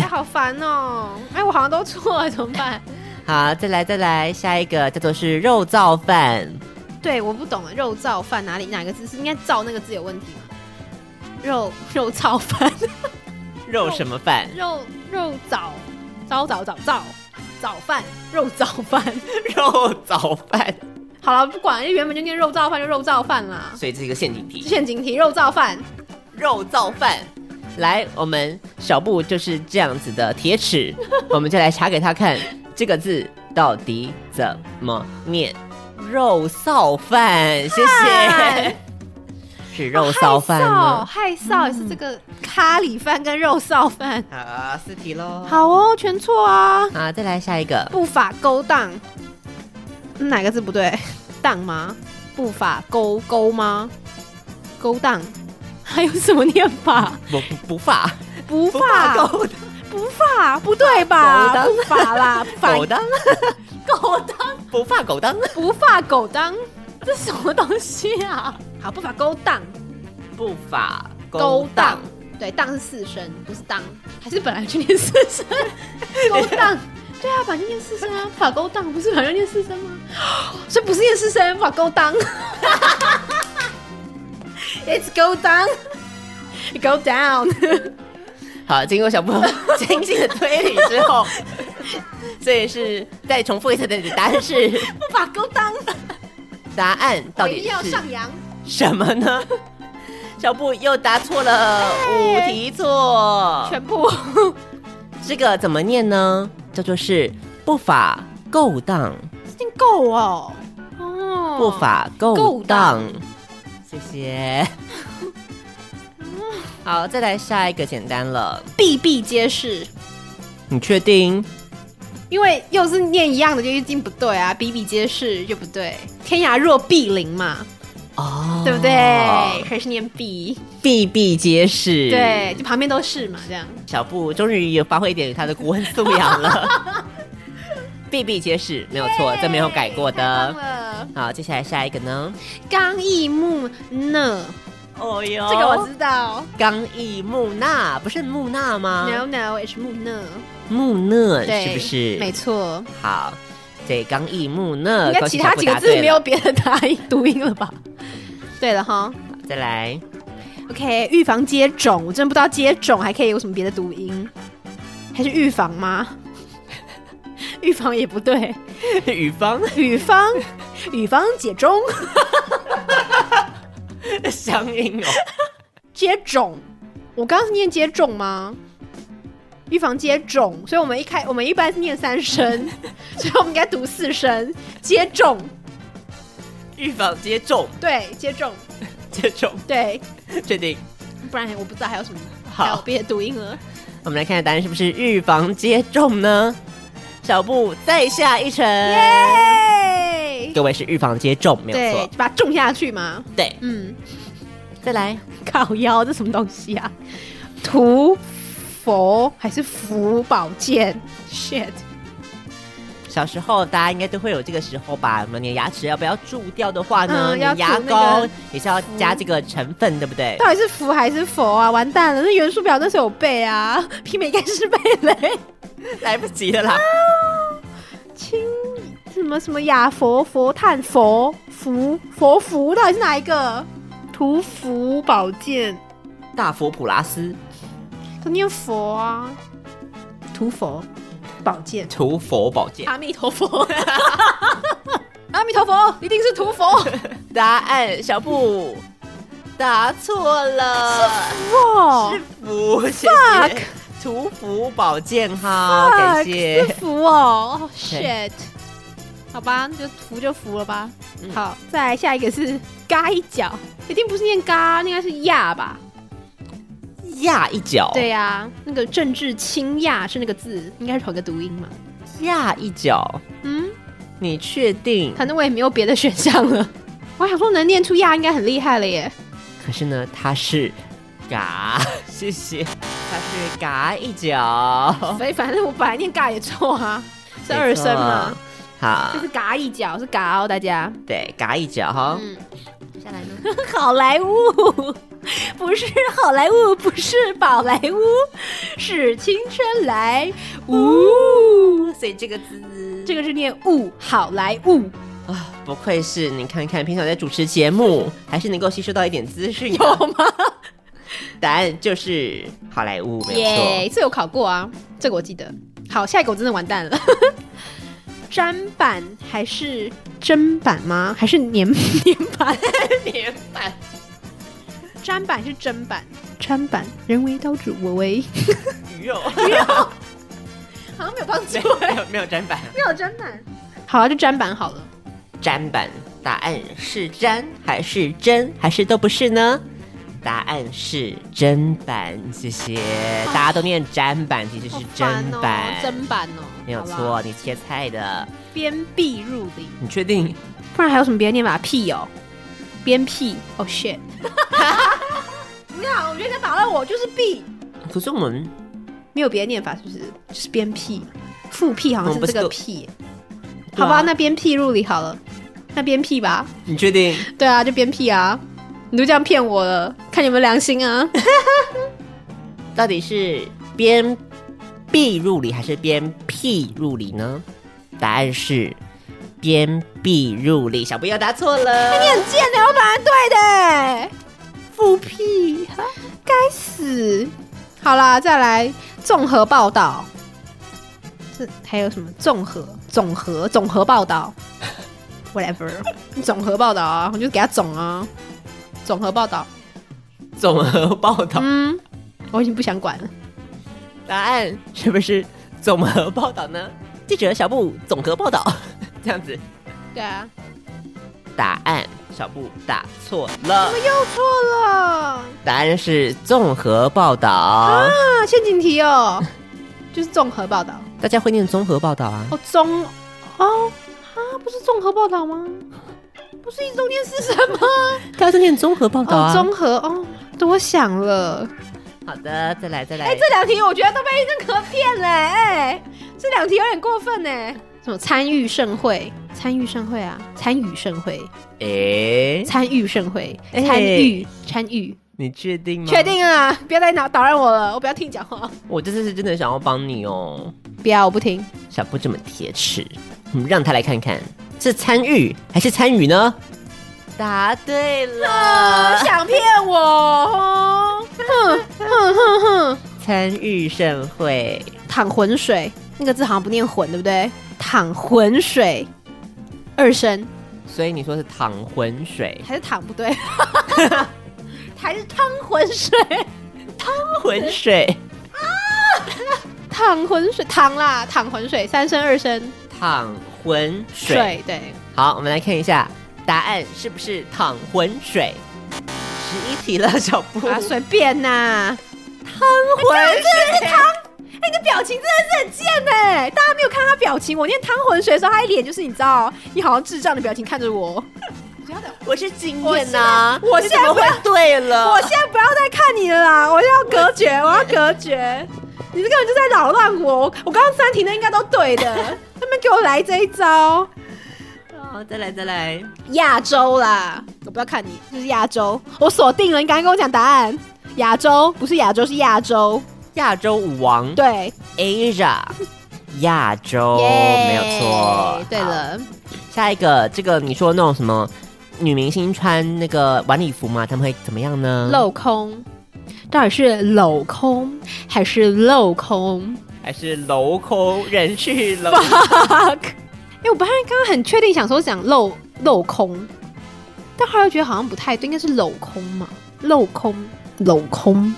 B: 谢。
C: 好烦哦，哎，我好像都错了，怎么办？
B: 好，再来再来，下一个叫做是肉燥饭，
C: 对，我不懂了，肉燥饭哪里哪个字是应该燥那个字有问题吗？肉肉燥饭，
B: 肉什么饭？
C: 肉肉早早早早早早饭，肉早饭。
B: *laughs* 肉燥饭，
C: 好了，不管，就原本就念肉燥饭就肉燥饭啦。
B: 所以这是一个陷阱题。
C: 陷阱题，肉燥饭，
B: 肉燥饭。来，我们小布就是这样子的铁
C: *laughs*
B: 齿，我们就来查给他看这个字到底怎么念。肉臊饭，谢谢
C: 饭，
B: *laughs* 是肉臊饭
C: 哦
B: 呢。
C: 害臊也是这个咖喱饭跟肉臊饭。
B: 好，四题喽。
C: 好哦，全错啊！
B: 好，再来下一个。
C: 不法勾当，哪个字不对？当吗？不法勾勾吗？勾当，还有什么念法？
B: 不不不 *laughs* 发，
C: 不
B: 不发
C: 法
B: 狗
C: 不法不对吧？
B: 勾
C: 不法啦，不法
B: 狗啊当，
C: 狗当，
B: 不发狗啊当，
C: 不法狗当，这什么东西啊？好，不法勾当，
B: 不发
C: 勾当，对，当是四声，不是当，还是本来就念四 *laughs* 声，勾当。对啊，本来就念四声啊，不法勾当不是本来就念四声吗？ *gasps* 所以不是念四声，不法勾当。It's go down, go down 。
B: 好，经过小布 *laughs* 精心的推理之 *laughs* 后，所以是再重复一次的答案 *laughs* 是
C: 不 *laughs* 法勾当，
B: 答案到底
C: 我要
B: 是
C: 上扬。
B: 什么 *laughs* 呢？小布又答错了五题错，
C: 全部
B: 这个怎么念呢？叫做是不法勾当，
C: 真够哦，哦，
B: 不法勾
C: 勾
B: 当
C: 当。
B: 谢 *laughs* 谢。好，再来下一个简单了。
C: 必必皆是，
B: 你确定？
C: 因为又是念一样的，就一定不对啊，比比皆是就不对，天涯若比邻嘛，
B: 哦，
C: 对不对？？还是念比，
B: 必必皆是。
C: 对，，就旁边都是嘛，这样
B: 小布终于有发挥一点他的国文素养了。
C: *laughs*
B: 必必皆是，没有错，这没有改过的。
C: 的。
B: 好，接下来下一个呢？
C: 刚毅木讷，
B: 哦哟，
C: 这个我知道。
B: 刚毅木讷，不是木讷吗？
C: No no，也是木讷，
B: 木讷啊
C: 对，
B: 呃是不是？
C: 没。错。
B: 好，对，刚毅木讷。
C: 应该
B: 恭
C: 其
B: 喜
C: 他
B: 小布
C: 几个
B: 答
C: 字
B: 对
C: 没有
B: 了。
C: 别的答音读音了吧？ *laughs* 对了哈
B: 再来， *laughs*
C: ，OK，预防接种，我真不知道接种还可以有什么别的读音，还是预防吗？ *laughs* 预防也不对， *laughs*
B: 雨芳
C: 雨方，雨方解中
B: 乡音哦。
C: 接种，我刚刚是念接种吗？预防接种，所以我们一开我们一般是念三 *laughs* 声，所以我们应该读四声接种，
B: 预防接种，
C: 对，接种，
B: 接种，
C: 对，
B: 确定。
C: 不然我不知道还有什么，
B: 好
C: 还有别的读音了。
B: 我们来看看答案是不是预防接种呢？小布再下一城。
C: 哎，
B: 各位是预防接种，没有
C: 对
B: 错，。
C: 把它种下去嘛。
B: 对，
C: 嗯，
B: 再来
C: 靠腰这什么东西 *laughs* 啊？图佛还是福宝剑？shit，
B: 小时候大家应该都会有这个时候吧？我们你牙齿要不要蛀掉的话呢？
C: 嗯
B: 你
C: 要涂
B: 牙
C: 那个
B: 膏也是要加这个成分，对不
C: *laughs*
B: 对？
C: 到底是福还是佛啊？完蛋了，那元素表那时候有背啊， *laughs* 媲美盖世贝雷，
B: 来不及了啦！
C: 清什么什么雅佛佛探佛福佛福到底是哪一个？图福宝剑，
B: 大佛普拉斯
C: 他念佛啊，图佛宝剑，
B: 涂佛宝剑，
C: 阿弥陀佛， *laughs* 阿弥陀佛，一定是图 *laughs* 佛。
B: 答案小布答错了，
C: *laughs* 哇哦
B: 是，福，谢谢。涂福宝剑哈，感谢
C: *laughs* 是。服哦、哦
B: 对
C: shit，好吧，就服就服了吧。好，再来下一个是嘎一脚，一定不是念嘎，应该是亚吧？
B: 压一脚，
C: 对，呀、那个政治倾轧是那个字，应该是同一个读音嘛？
B: 压一脚，
C: 嗯，
B: 你确定？
C: 反正我也没有别的选项了。我还想说能念出亚应该很厉害了耶，
B: 可是呢，它是嘎， *laughs* 谢谢，它是嘎一脚，
C: 所以反正我本来念嘎也错啊，是二声嘛，
B: 好
C: 就，是嘎一脚是嘎哦，大家。
B: 对，嘎一脚哈，
C: 嗯，下来呢？
D: 好莱坞，
C: 不是好莱坞，不是宝莱坞， *laughs* 是青春来坞。
B: 所以这个字
C: 这个是念坞好莱坞，
B: 啊不愧是你看看，平常在主持节目，还是能够吸收到一点资讯，
C: 有吗？
B: *laughs* 答案就是好莱坞，没有 *laughs*
C: 耶，
B: 错。
C: 这有考过啊，这个我记得。好，下一个我真的完蛋了。 *laughs* 砧板还是砧板吗？还是粘 *laughs* 粘板？粘板。砧板是砧板，砧板人为刀俎，我为
B: 鱼肉，
C: 好像没有帮助
B: 没。有没有没有砧板，
C: 没有砧板。 *laughs* 好、啊，就砧板好了。
B: 砧板，答案是粘还是针还是都不是呢？答案是砧板，谢谢。大家都念砧板，其实是砧板，
C: 砧、板哦，
B: 没有
C: 好吧。
B: 错。你切菜的，
C: 鞭辟入里，
B: 你确定？
C: 不然还有什么别的念法？屁哦，鞭辟哦、shit。你好，我觉得打到我就是避，
B: 可是我们
C: 没有别的念法，是不是？就是鞭辟，复辟好像
B: 我们不是
C: 是这个
B: 都
C: 辟。
B: 对啊
C: 好吧，那鞭辟入里好了，那鞭辟吧。
B: 你确定？
C: 对啊，就鞭辟啊。你就这样骗我了，看有没有良心啊！
B: *laughs* 到底是边壁入里还是边屁入里呢？答案是边壁入里，小布又答错了。 *laughs*
C: 很贱的，我本来对的欸，复辟，该死！好啦，再来综合报道，这还有什么综合、总和、总和报道，whatever，总和报道啊，我就给他总啊，总和报道，
B: 综合报道，
C: 嗯，我已经不想管了，
B: 答案是不是综合报道呢？ *laughs* 记者小布综合报道， *laughs* 这样子，
C: 对啊，
B: 答案小布打错了，
C: 又错了
B: 答案是综合报道。
C: 啊，陷阱题哦，就是综合报道，
B: 大家会念综合报道啊？
C: 哦，综哦啊，不是综合报道吗？不是一周念是什么？
B: 大家都念综合报道
C: 哦，
B: 啊。
C: 综合哦，多想了。
B: 好的，再来再来。
C: 哎、这两题我觉得都被那个骗了、哎、这两题有点过分呢、什么参与盛会？参与盛会啊，参与盛会，
B: 哎、
C: 参与盛会，
B: 哎
C: 参与参与，
B: 你确定吗？
C: 确定啊！不要再打打扰我了，我不要听你讲话。
B: 我这次是真的想要帮你哦，
C: 不要，我不听。
B: 小布这么铁齿，我们让他来看看是参与还是参与呢？答对了，
C: 想骗我？哦哼哼哼哼，
B: 参与盛会，
C: 淌浑水，那个字好像不念浑，对不对？淌浑水，二声。
B: 所以你说是淌浑水，
C: 还是躺不对， *laughs* 还是汤浑水，
B: 浑水
C: 躺浑水，躺啦，躺浑水，三声二声
B: 淌浑水。
C: 水，对，
B: 好，我们来看一下答案是不是淌浑水？十一题了，小布。
C: 啊，随便呐，汤浑水，真的是汤，哎，你的表情真的是很贱哎，大家没有看他表情，我念汤浑水的时候，他一脸就是你知道，你好像智障的表情看着我，
B: 我是经
C: 我
B: 验
C: 现在
B: 呐、
C: 我
B: 你
C: 现在
B: 怎么
C: 不
B: 会对了？
C: 我现在不要再看你了啦， *laughs* 我要隔绝，我要隔绝。你这根本就在扰乱我！我刚刚三题的应该都对的， *laughs* 他们给我来这一招，
B: 好，再来再来，
C: 亚洲啦，我不要看你，就是亚洲，我锁定了，你赶快跟我讲答案。亚洲不是亚洲，是亚洲，
B: 亚洲舞王。
C: 对，
B: Asia，亚洲
C: 耶
B: 哦没有错。
C: 对
B: 好，
C: 了，
B: 下一个这个你说那种什么女明星穿那个晚礼服嘛，他们会怎么样呢？
C: 镂空，到底是镂空还是镂空
B: 还是镂空人去楼？
C: *laughs* ？fuck！哎、我本来刚刚很确定想说讲镂镂空，但后来又觉得好像不太对，应该是镂空嘛，镂空，镂空，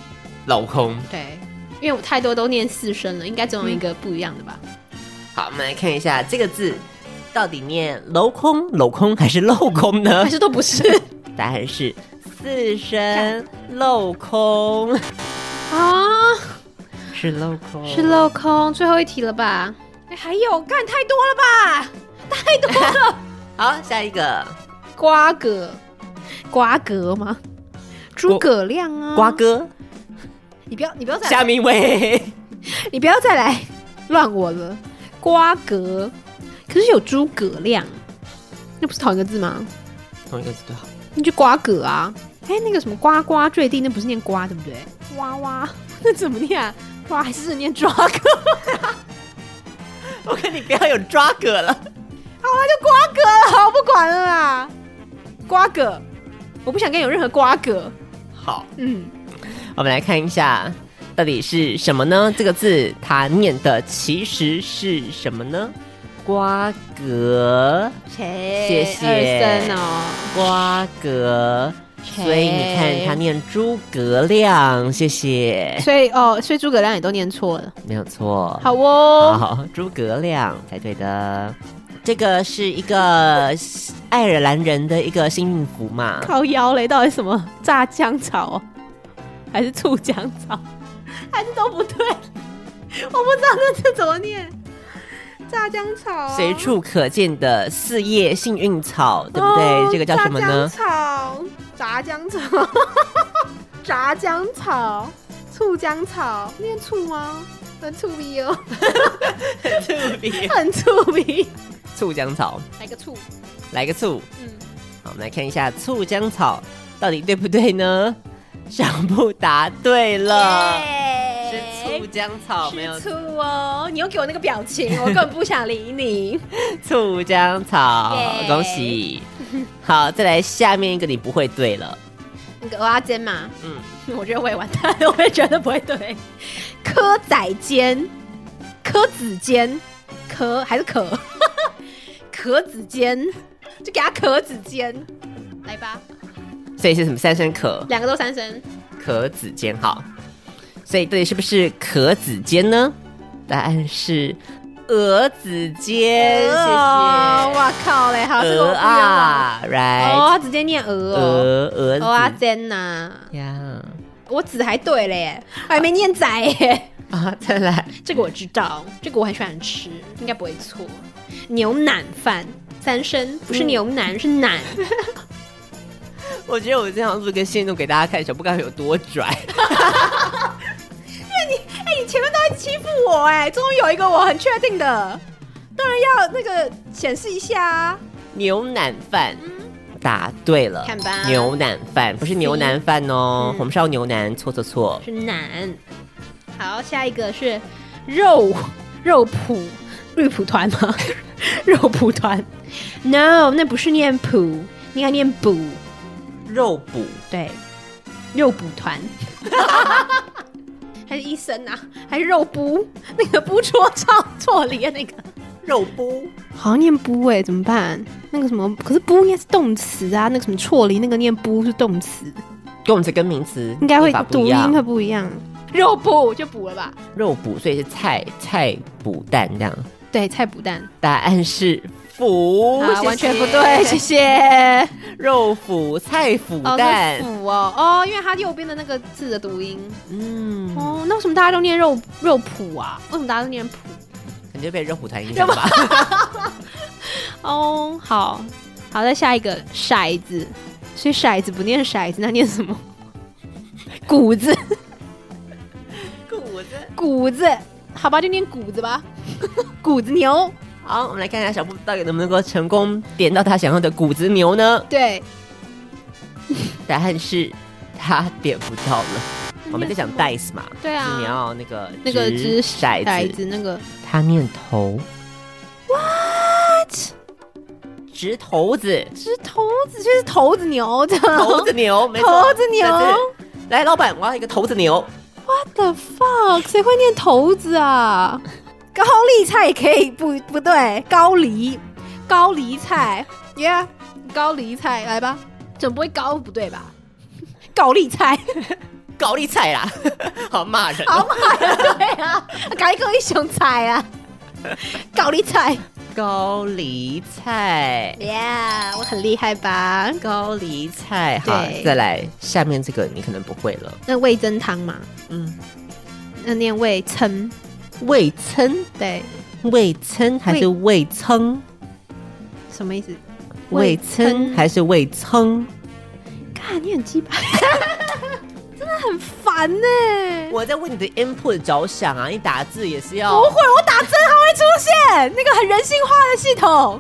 B: 镂空。
C: 对，因为我太多都念四声了，应该总有一个不一样的吧。
B: 好，我们来看一下这个字到底念镂空、镂空还是镂空呢
C: 还？是都不 *laughs* 是
B: 答案是四声镂空，
C: 啊？
B: 是镂空，
C: 是镂空，最后一题了吧？哎，还有，干太多了吧？太多了，
B: 好，下一个
C: 瓜葛，瓜葛吗？诸葛亮啊，
B: 瓜，哥，
C: 你不要，你不要再来，
B: 夏明伟，
C: 你不要再来乱我了。瓜葛，可是有诸葛亮，那不是同一个字吗？
B: 同一个字就好。
C: 那就瓜葛啊。哎，那个什么呱呱坠地，那不是念瓜对不对？哇哇， *laughs* 那怎么念、啊？哇，还是念抓葛。 *laughs*
B: 我跟你不要有抓葛了。
C: 好了，就瓜葛了，我不管了啦。瓜葛，我不想跟你有任何瓜葛。
B: 好，
C: 嗯，
B: 我们来看一下到底是什么呢？这个字它念的其实是什么呢？瓜葛，谢
C: 谢
B: 谢
C: 二森哦，
B: 瓜葛。
C: 切
B: 所以你看，它念诸葛亮，谢谢，
C: 所以哦，所以诸葛亮也都念错了。
B: 没有错。
C: 好哦，
B: 好，诸葛亮才对的。这个是一个爱尔兰人的一个幸运符嘛？
C: 靠腰嘞，到底什么炸姜草、哦，还是醋姜草，还是都不对？我不知道那这怎么念，炸姜草、啊，
B: 随处可见的四叶幸运草，对不对？
C: 哦
B: 这个叫什么呢？
C: 炸姜草，炸姜草， *laughs* 炸姜草，醋姜草，念醋吗？很醋逼
B: *laughs*
C: 哦，
B: 醋鼻，
C: 很醋逼，
B: 醋姜草，
C: 来个醋，
B: 来个醋。
C: 嗯，
B: 好，我们来看一下醋姜草到底对不对呢？上不答对了，是醋姜草，没有
C: 是醋哦，你又给我那个表情，我根本不想理你。
B: 醋姜草，
E: 耶
B: 恭喜。好，再来下面一个你不会对了，
C: 那个蚵仔煎嘛，
B: 嗯，
C: *laughs* 我觉得我也完蛋了，我 *laughs* 也觉得不会对。蚵仔煎、蚵子煎、壳还是壳， *laughs* 壳子煎，就给它壳子煎，来吧，
B: 所以是什么三声壳
C: 两个都三声。
B: 壳子尖好，所以到底是不是壳子尖呢？答案是鹅子
C: 哎
B: 尖，谢谢。
C: 哦哇靠嘞，好，这个我
B: 鹅
C: 不冤枉。
B: 啊，right，
C: 哦，它直接念鹅哦，
B: 鹅鹅
C: 鹅啊
B: 子
C: 煎呐，
B: 呀
C: 我子还对嘞耶，还没念仔耶。
B: 啊，再来
C: *laughs*
B: *laughs*
C: 这个我知道，这个我很喜欢吃，应该不会错。嗯牛腩饭三声，不是牛腩、是腩，
B: 我觉得我这样录个线路给大家看，小布刚有多拽。
C: 你哎前面都在欺负我哎、终于有一个我很确定的，当然要那个显示一下啊。
B: 牛腩饭。答对了
C: 嗯看吧，
B: 牛腩饭不是牛腩饭哦，
C: 嗯
B: 红烧牛腩，错错错，
C: 是腩。好，下一个是肉肉脯绿脯团吗？ *laughs* 肉脯团？No，那不是念脯，应该念补，
B: 肉补
C: 对，肉补团。还是医生啊，还是肉补？那个不戳照错里的那个。
B: 肉补
C: 好像念不哎、怎么办？那个什么，可是不应该是动词啊，那个什么错离那个念不是动词，
B: 跟我们这跟名词
C: 应该会
B: 念法不
C: 读
B: 一
C: 音
B: 样
C: 会不一样。肉补就补了吧？
B: 肉补，所以是菜菜补蛋这样。
C: 对，菜补蛋，
B: 答案是腐，
C: 啊，
B: 谢谢
C: 完全不对，
B: *laughs*
C: 谢谢。
B: 肉腐、菜腐
C: 哦，
B: 蛋
C: 是，腐哦，哦，因为它右边的那个字的读音。
B: 嗯，
C: 哦，那为什么大家都念肉肉脯啊？为什么大家都念脯？
B: 感觉被肉蒲团影响吧。
C: 哦，好，好，再下一个骰子，所以骰子不念骰子，那念什么？ *laughs* 谷子。
B: *laughs* 骨子。
C: 谷子，好吧，就念谷子吧， *laughs* 谷子牛。
B: 好，我们来看一下小布到底能不能够成功点到他想要的骨子牛呢？
C: 对，
B: 答案是他点不到了。我们在讲 dice 嘛，
C: 对啊
B: 就是你要那个
C: 那个
B: 掷
C: 掷
B: 骰
C: 骰
B: 子，
C: 子那个
B: 他念头，what？掷头子，
C: 掷头子，就是头子牛的。
B: 头
C: *laughs*
B: 子牛，没错，
C: 哦头子牛
B: 但是。来，老板，我要一个头子牛。
C: What the fuck？谁会念头子啊？高丽菜也可以不不对，高梨，高梨菜，Yeah，高梨菜来吧，总不会高不对吧？ *laughs* 高丽 *laughs* 菜，
B: 高丽菜啦， *laughs* 好骂人、
C: 好嘛，哦对啊，搞一个英雄菜 *laughs* 啊，高丽菜
B: 高丽菜，
C: ，Yeah，我很厉害吧？
B: 高丽菜，好
C: 对，
B: 再来下面这个你可能不会了，
C: 那味增汤嘛，
B: 嗯，
C: 那念味噌，
B: 味噌，
C: 对，
B: 味噌还是味噌？
C: 什么意思？
B: 味噌还是味噌？
C: *laughs* 看你很鸡巴，这真的很烦呢、
B: 我在为你的 input 着想啊，你打字也是要
C: 不会，我打针它会出现那个很人性化的系统。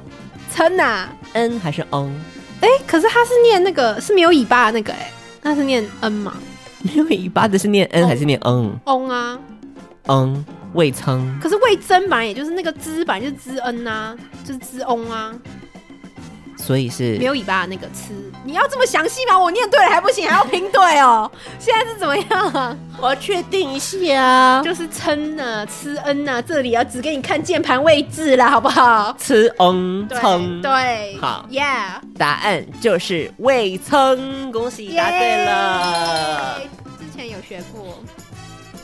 C: 真啊，
B: n 还是 on？
C: 哎、可是它是念那个是没有尾巴的那个哎、那是念 n 嘛
B: 没有尾巴的是念 n 还是念 n
C: ，on 啊。
B: n 未曾
C: 可是魏征本来也就是那个之，本来就是之恩啊，就是之翁啊，
B: 所以是
C: 没有尾巴的那个吃。你要这么详细吗？我念对了还不行，还要拼对哦。 *laughs* 现在是怎么样啊？
B: 我要确定一下啊。
C: 就是称呐、啊，吃恩呐、啊，这里啊只给你看键盘位置啦，好不好？
B: 吃 on
C: 对
B: 称，
C: 对，
B: 好
C: ，Yeah，
B: 答案就是未曾，恭喜答对了。
C: 耶。哎之前有学过，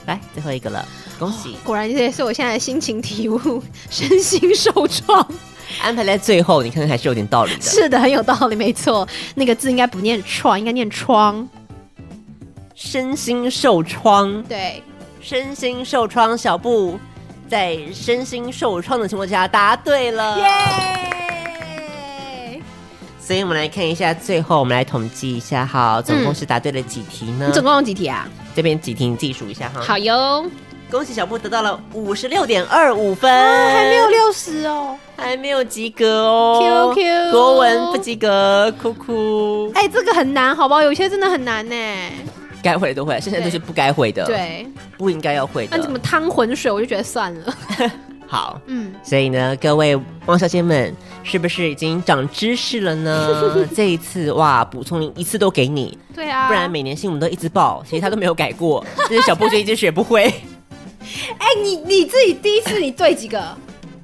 B: 来，最后一个了，恭喜！
C: 果然这也是我现在的心情体悟， *laughs* 身心受创。
B: 安排在最后，你看看还是有点道理的。
C: 是的，很有道理，没错。那个字应该不念创，应该念窗。
B: 身心受创，
C: 对，
B: 身心受创，小布在身心受创的情况下答对了。
C: 啊耶！
B: 所以我们来看一下，最后我们来统计一下哈，总共是答对了几题呢
C: 你？总共有几题啊？
B: 这边几题你自己数一下哈。，
C: 好哟，
B: 恭喜小布得到了五十六点二五分，还
C: 还没有六十哦。
B: 还没有及格哦。
C: QQ
B: 国文不及格，哭哭。
C: 哎、这个很难，好不好？有些真的很难呢。
B: 该会的都会，剩下都是不该会的，，
C: 对，
B: 不应该要会的。
C: 那、你怎么汤浑水，我就觉得算了。
B: 好？
C: 嗯，
B: 所以呢，各位汪小姐们，是不是已经长知识了
C: *laughs*
B: 呢？这一次哇，补充一次都给你，
C: 对啊，
B: 不然每年新闻都一直报，其实他都没有改过，但是小布就一直学不会。
C: 哎、你你自己第一次你对几个？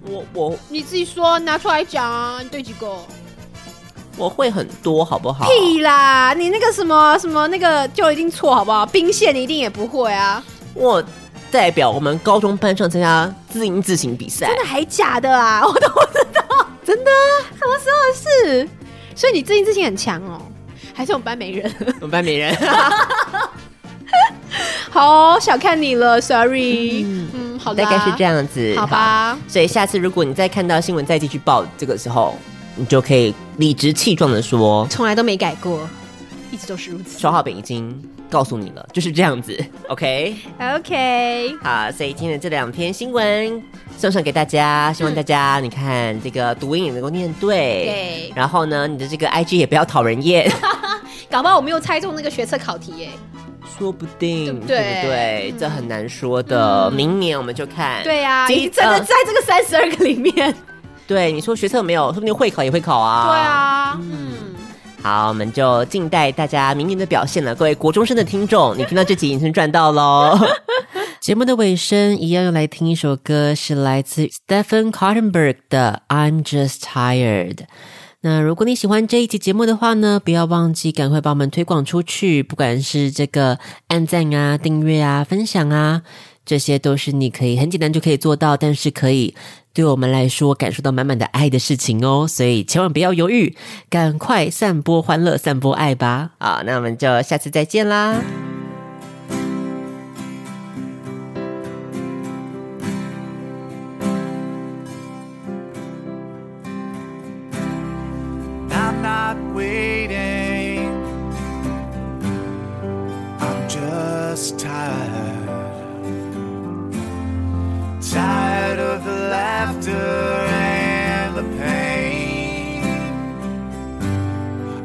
B: 我我
C: *laughs* 你自己说，拿出来讲啊，你对几个？
B: 我会很多，好不好？
C: 屁啦！你那个什么什么那个就一定错，好不好？兵线你一定也不会啊，
B: 我代表我们高中班上参加自音自行比赛
C: 真，的还假的啊？ *laughs* 我都不知道，真的？什么时候的事？所以你最近自信很强哦，还是我们班没人？
B: 我们班没人。
C: *laughs* 好哦、小看你了，sorry。嗯，好的，
B: 大概是这，样子，
C: 好吧
B: 好。所以下次如果你再看到新闻再继续报这个时候，你就可以理直气壮的说，
C: 从来都没改过，一直都是如此。
B: 小浩饼已经告诉你了，就是这样子。OK， *laughs*
C: OK，
B: 好，所以今天的这两篇新闻送上给大家，希望大家、你看这个读音也能够念对
C: 嗯对，
B: 然后呢，你的这个 IG 也不要讨人厌，
C: 搞不好我没有猜中那个学测考题耶。
B: 说不定对
C: 不
B: 不
C: 对嗯
B: 对？这很难说的，明年我们就看。
C: 对呀、啊，
B: 今
C: 你真的
B: 呃
C: 在这个三十二个里面。
B: 对，你说学测没有，说不定会考也会考啊。
C: 对。啊，嗯，
B: 好，我们就静待大家明年的表现了。各位国中生的听众，你听到这集已经赚到
C: *laughs*
B: 喽。节目的尾声，一样用来听一首歌，是来自 Stephen Cottenberg 的《I'm Just Tired》。那如果你喜欢这一期节目的话呢，不要忘记赶快把我们推广出去，不管是这个按赞啊、订阅啊、分享啊，这些都是你可以很简单就可以做到，但是可以对我们来说感受到满满的爱的事情哦。所以千万不要犹豫，赶快散播欢乐、散播爱吧！好，那我们就下次再见啦。
G: I'm not waiting. I'm just tired. Tired of the laughter and the pain.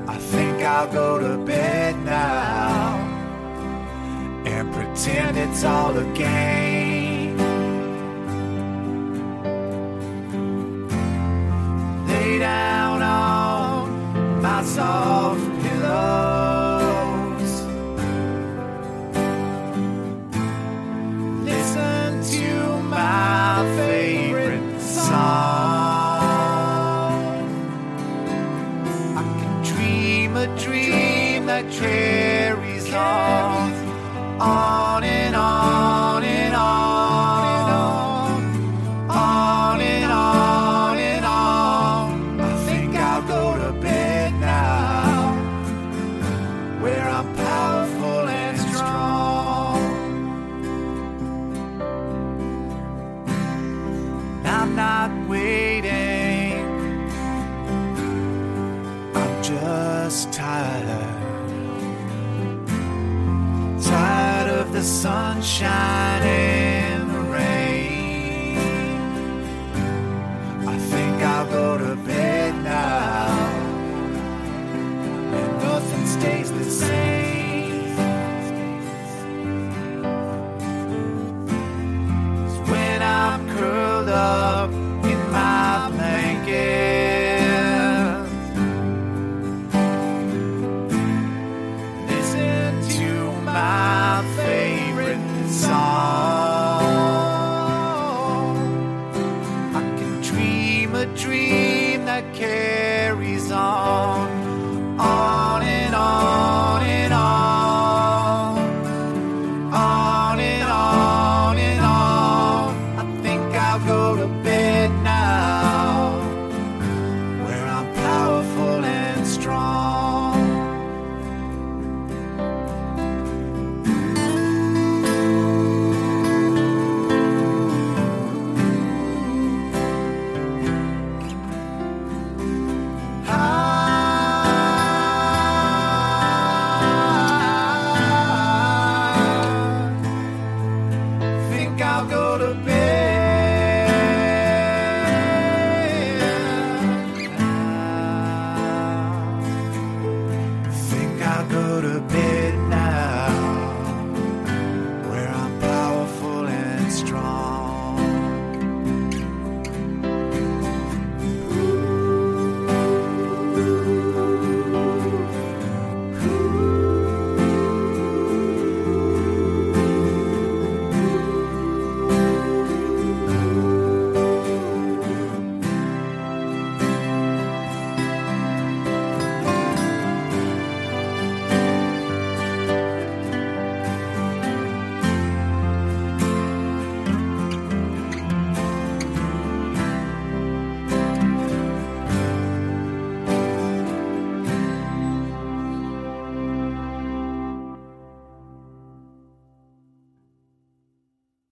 G: I think I'll go to bed now and pretend it's all a game. lay down on my soft pillows. Listen to my favorite song. I can dream a dream that carries on. On and on and on and on on and on and on. I think I'll go to bed now, where I'm powerful and strong. I'm not waiting, I'm just tired. sunshine and the rain. I think I'll go to bed now. And nothing stays the same. 'Cause when I'm curled up in my blanket. Listen to my favorite song. I can dream a dream that carries on, on and on and on, on and on and on. I think I'll go to bed now, where I'm powerful and strong. I think I'll go to bed.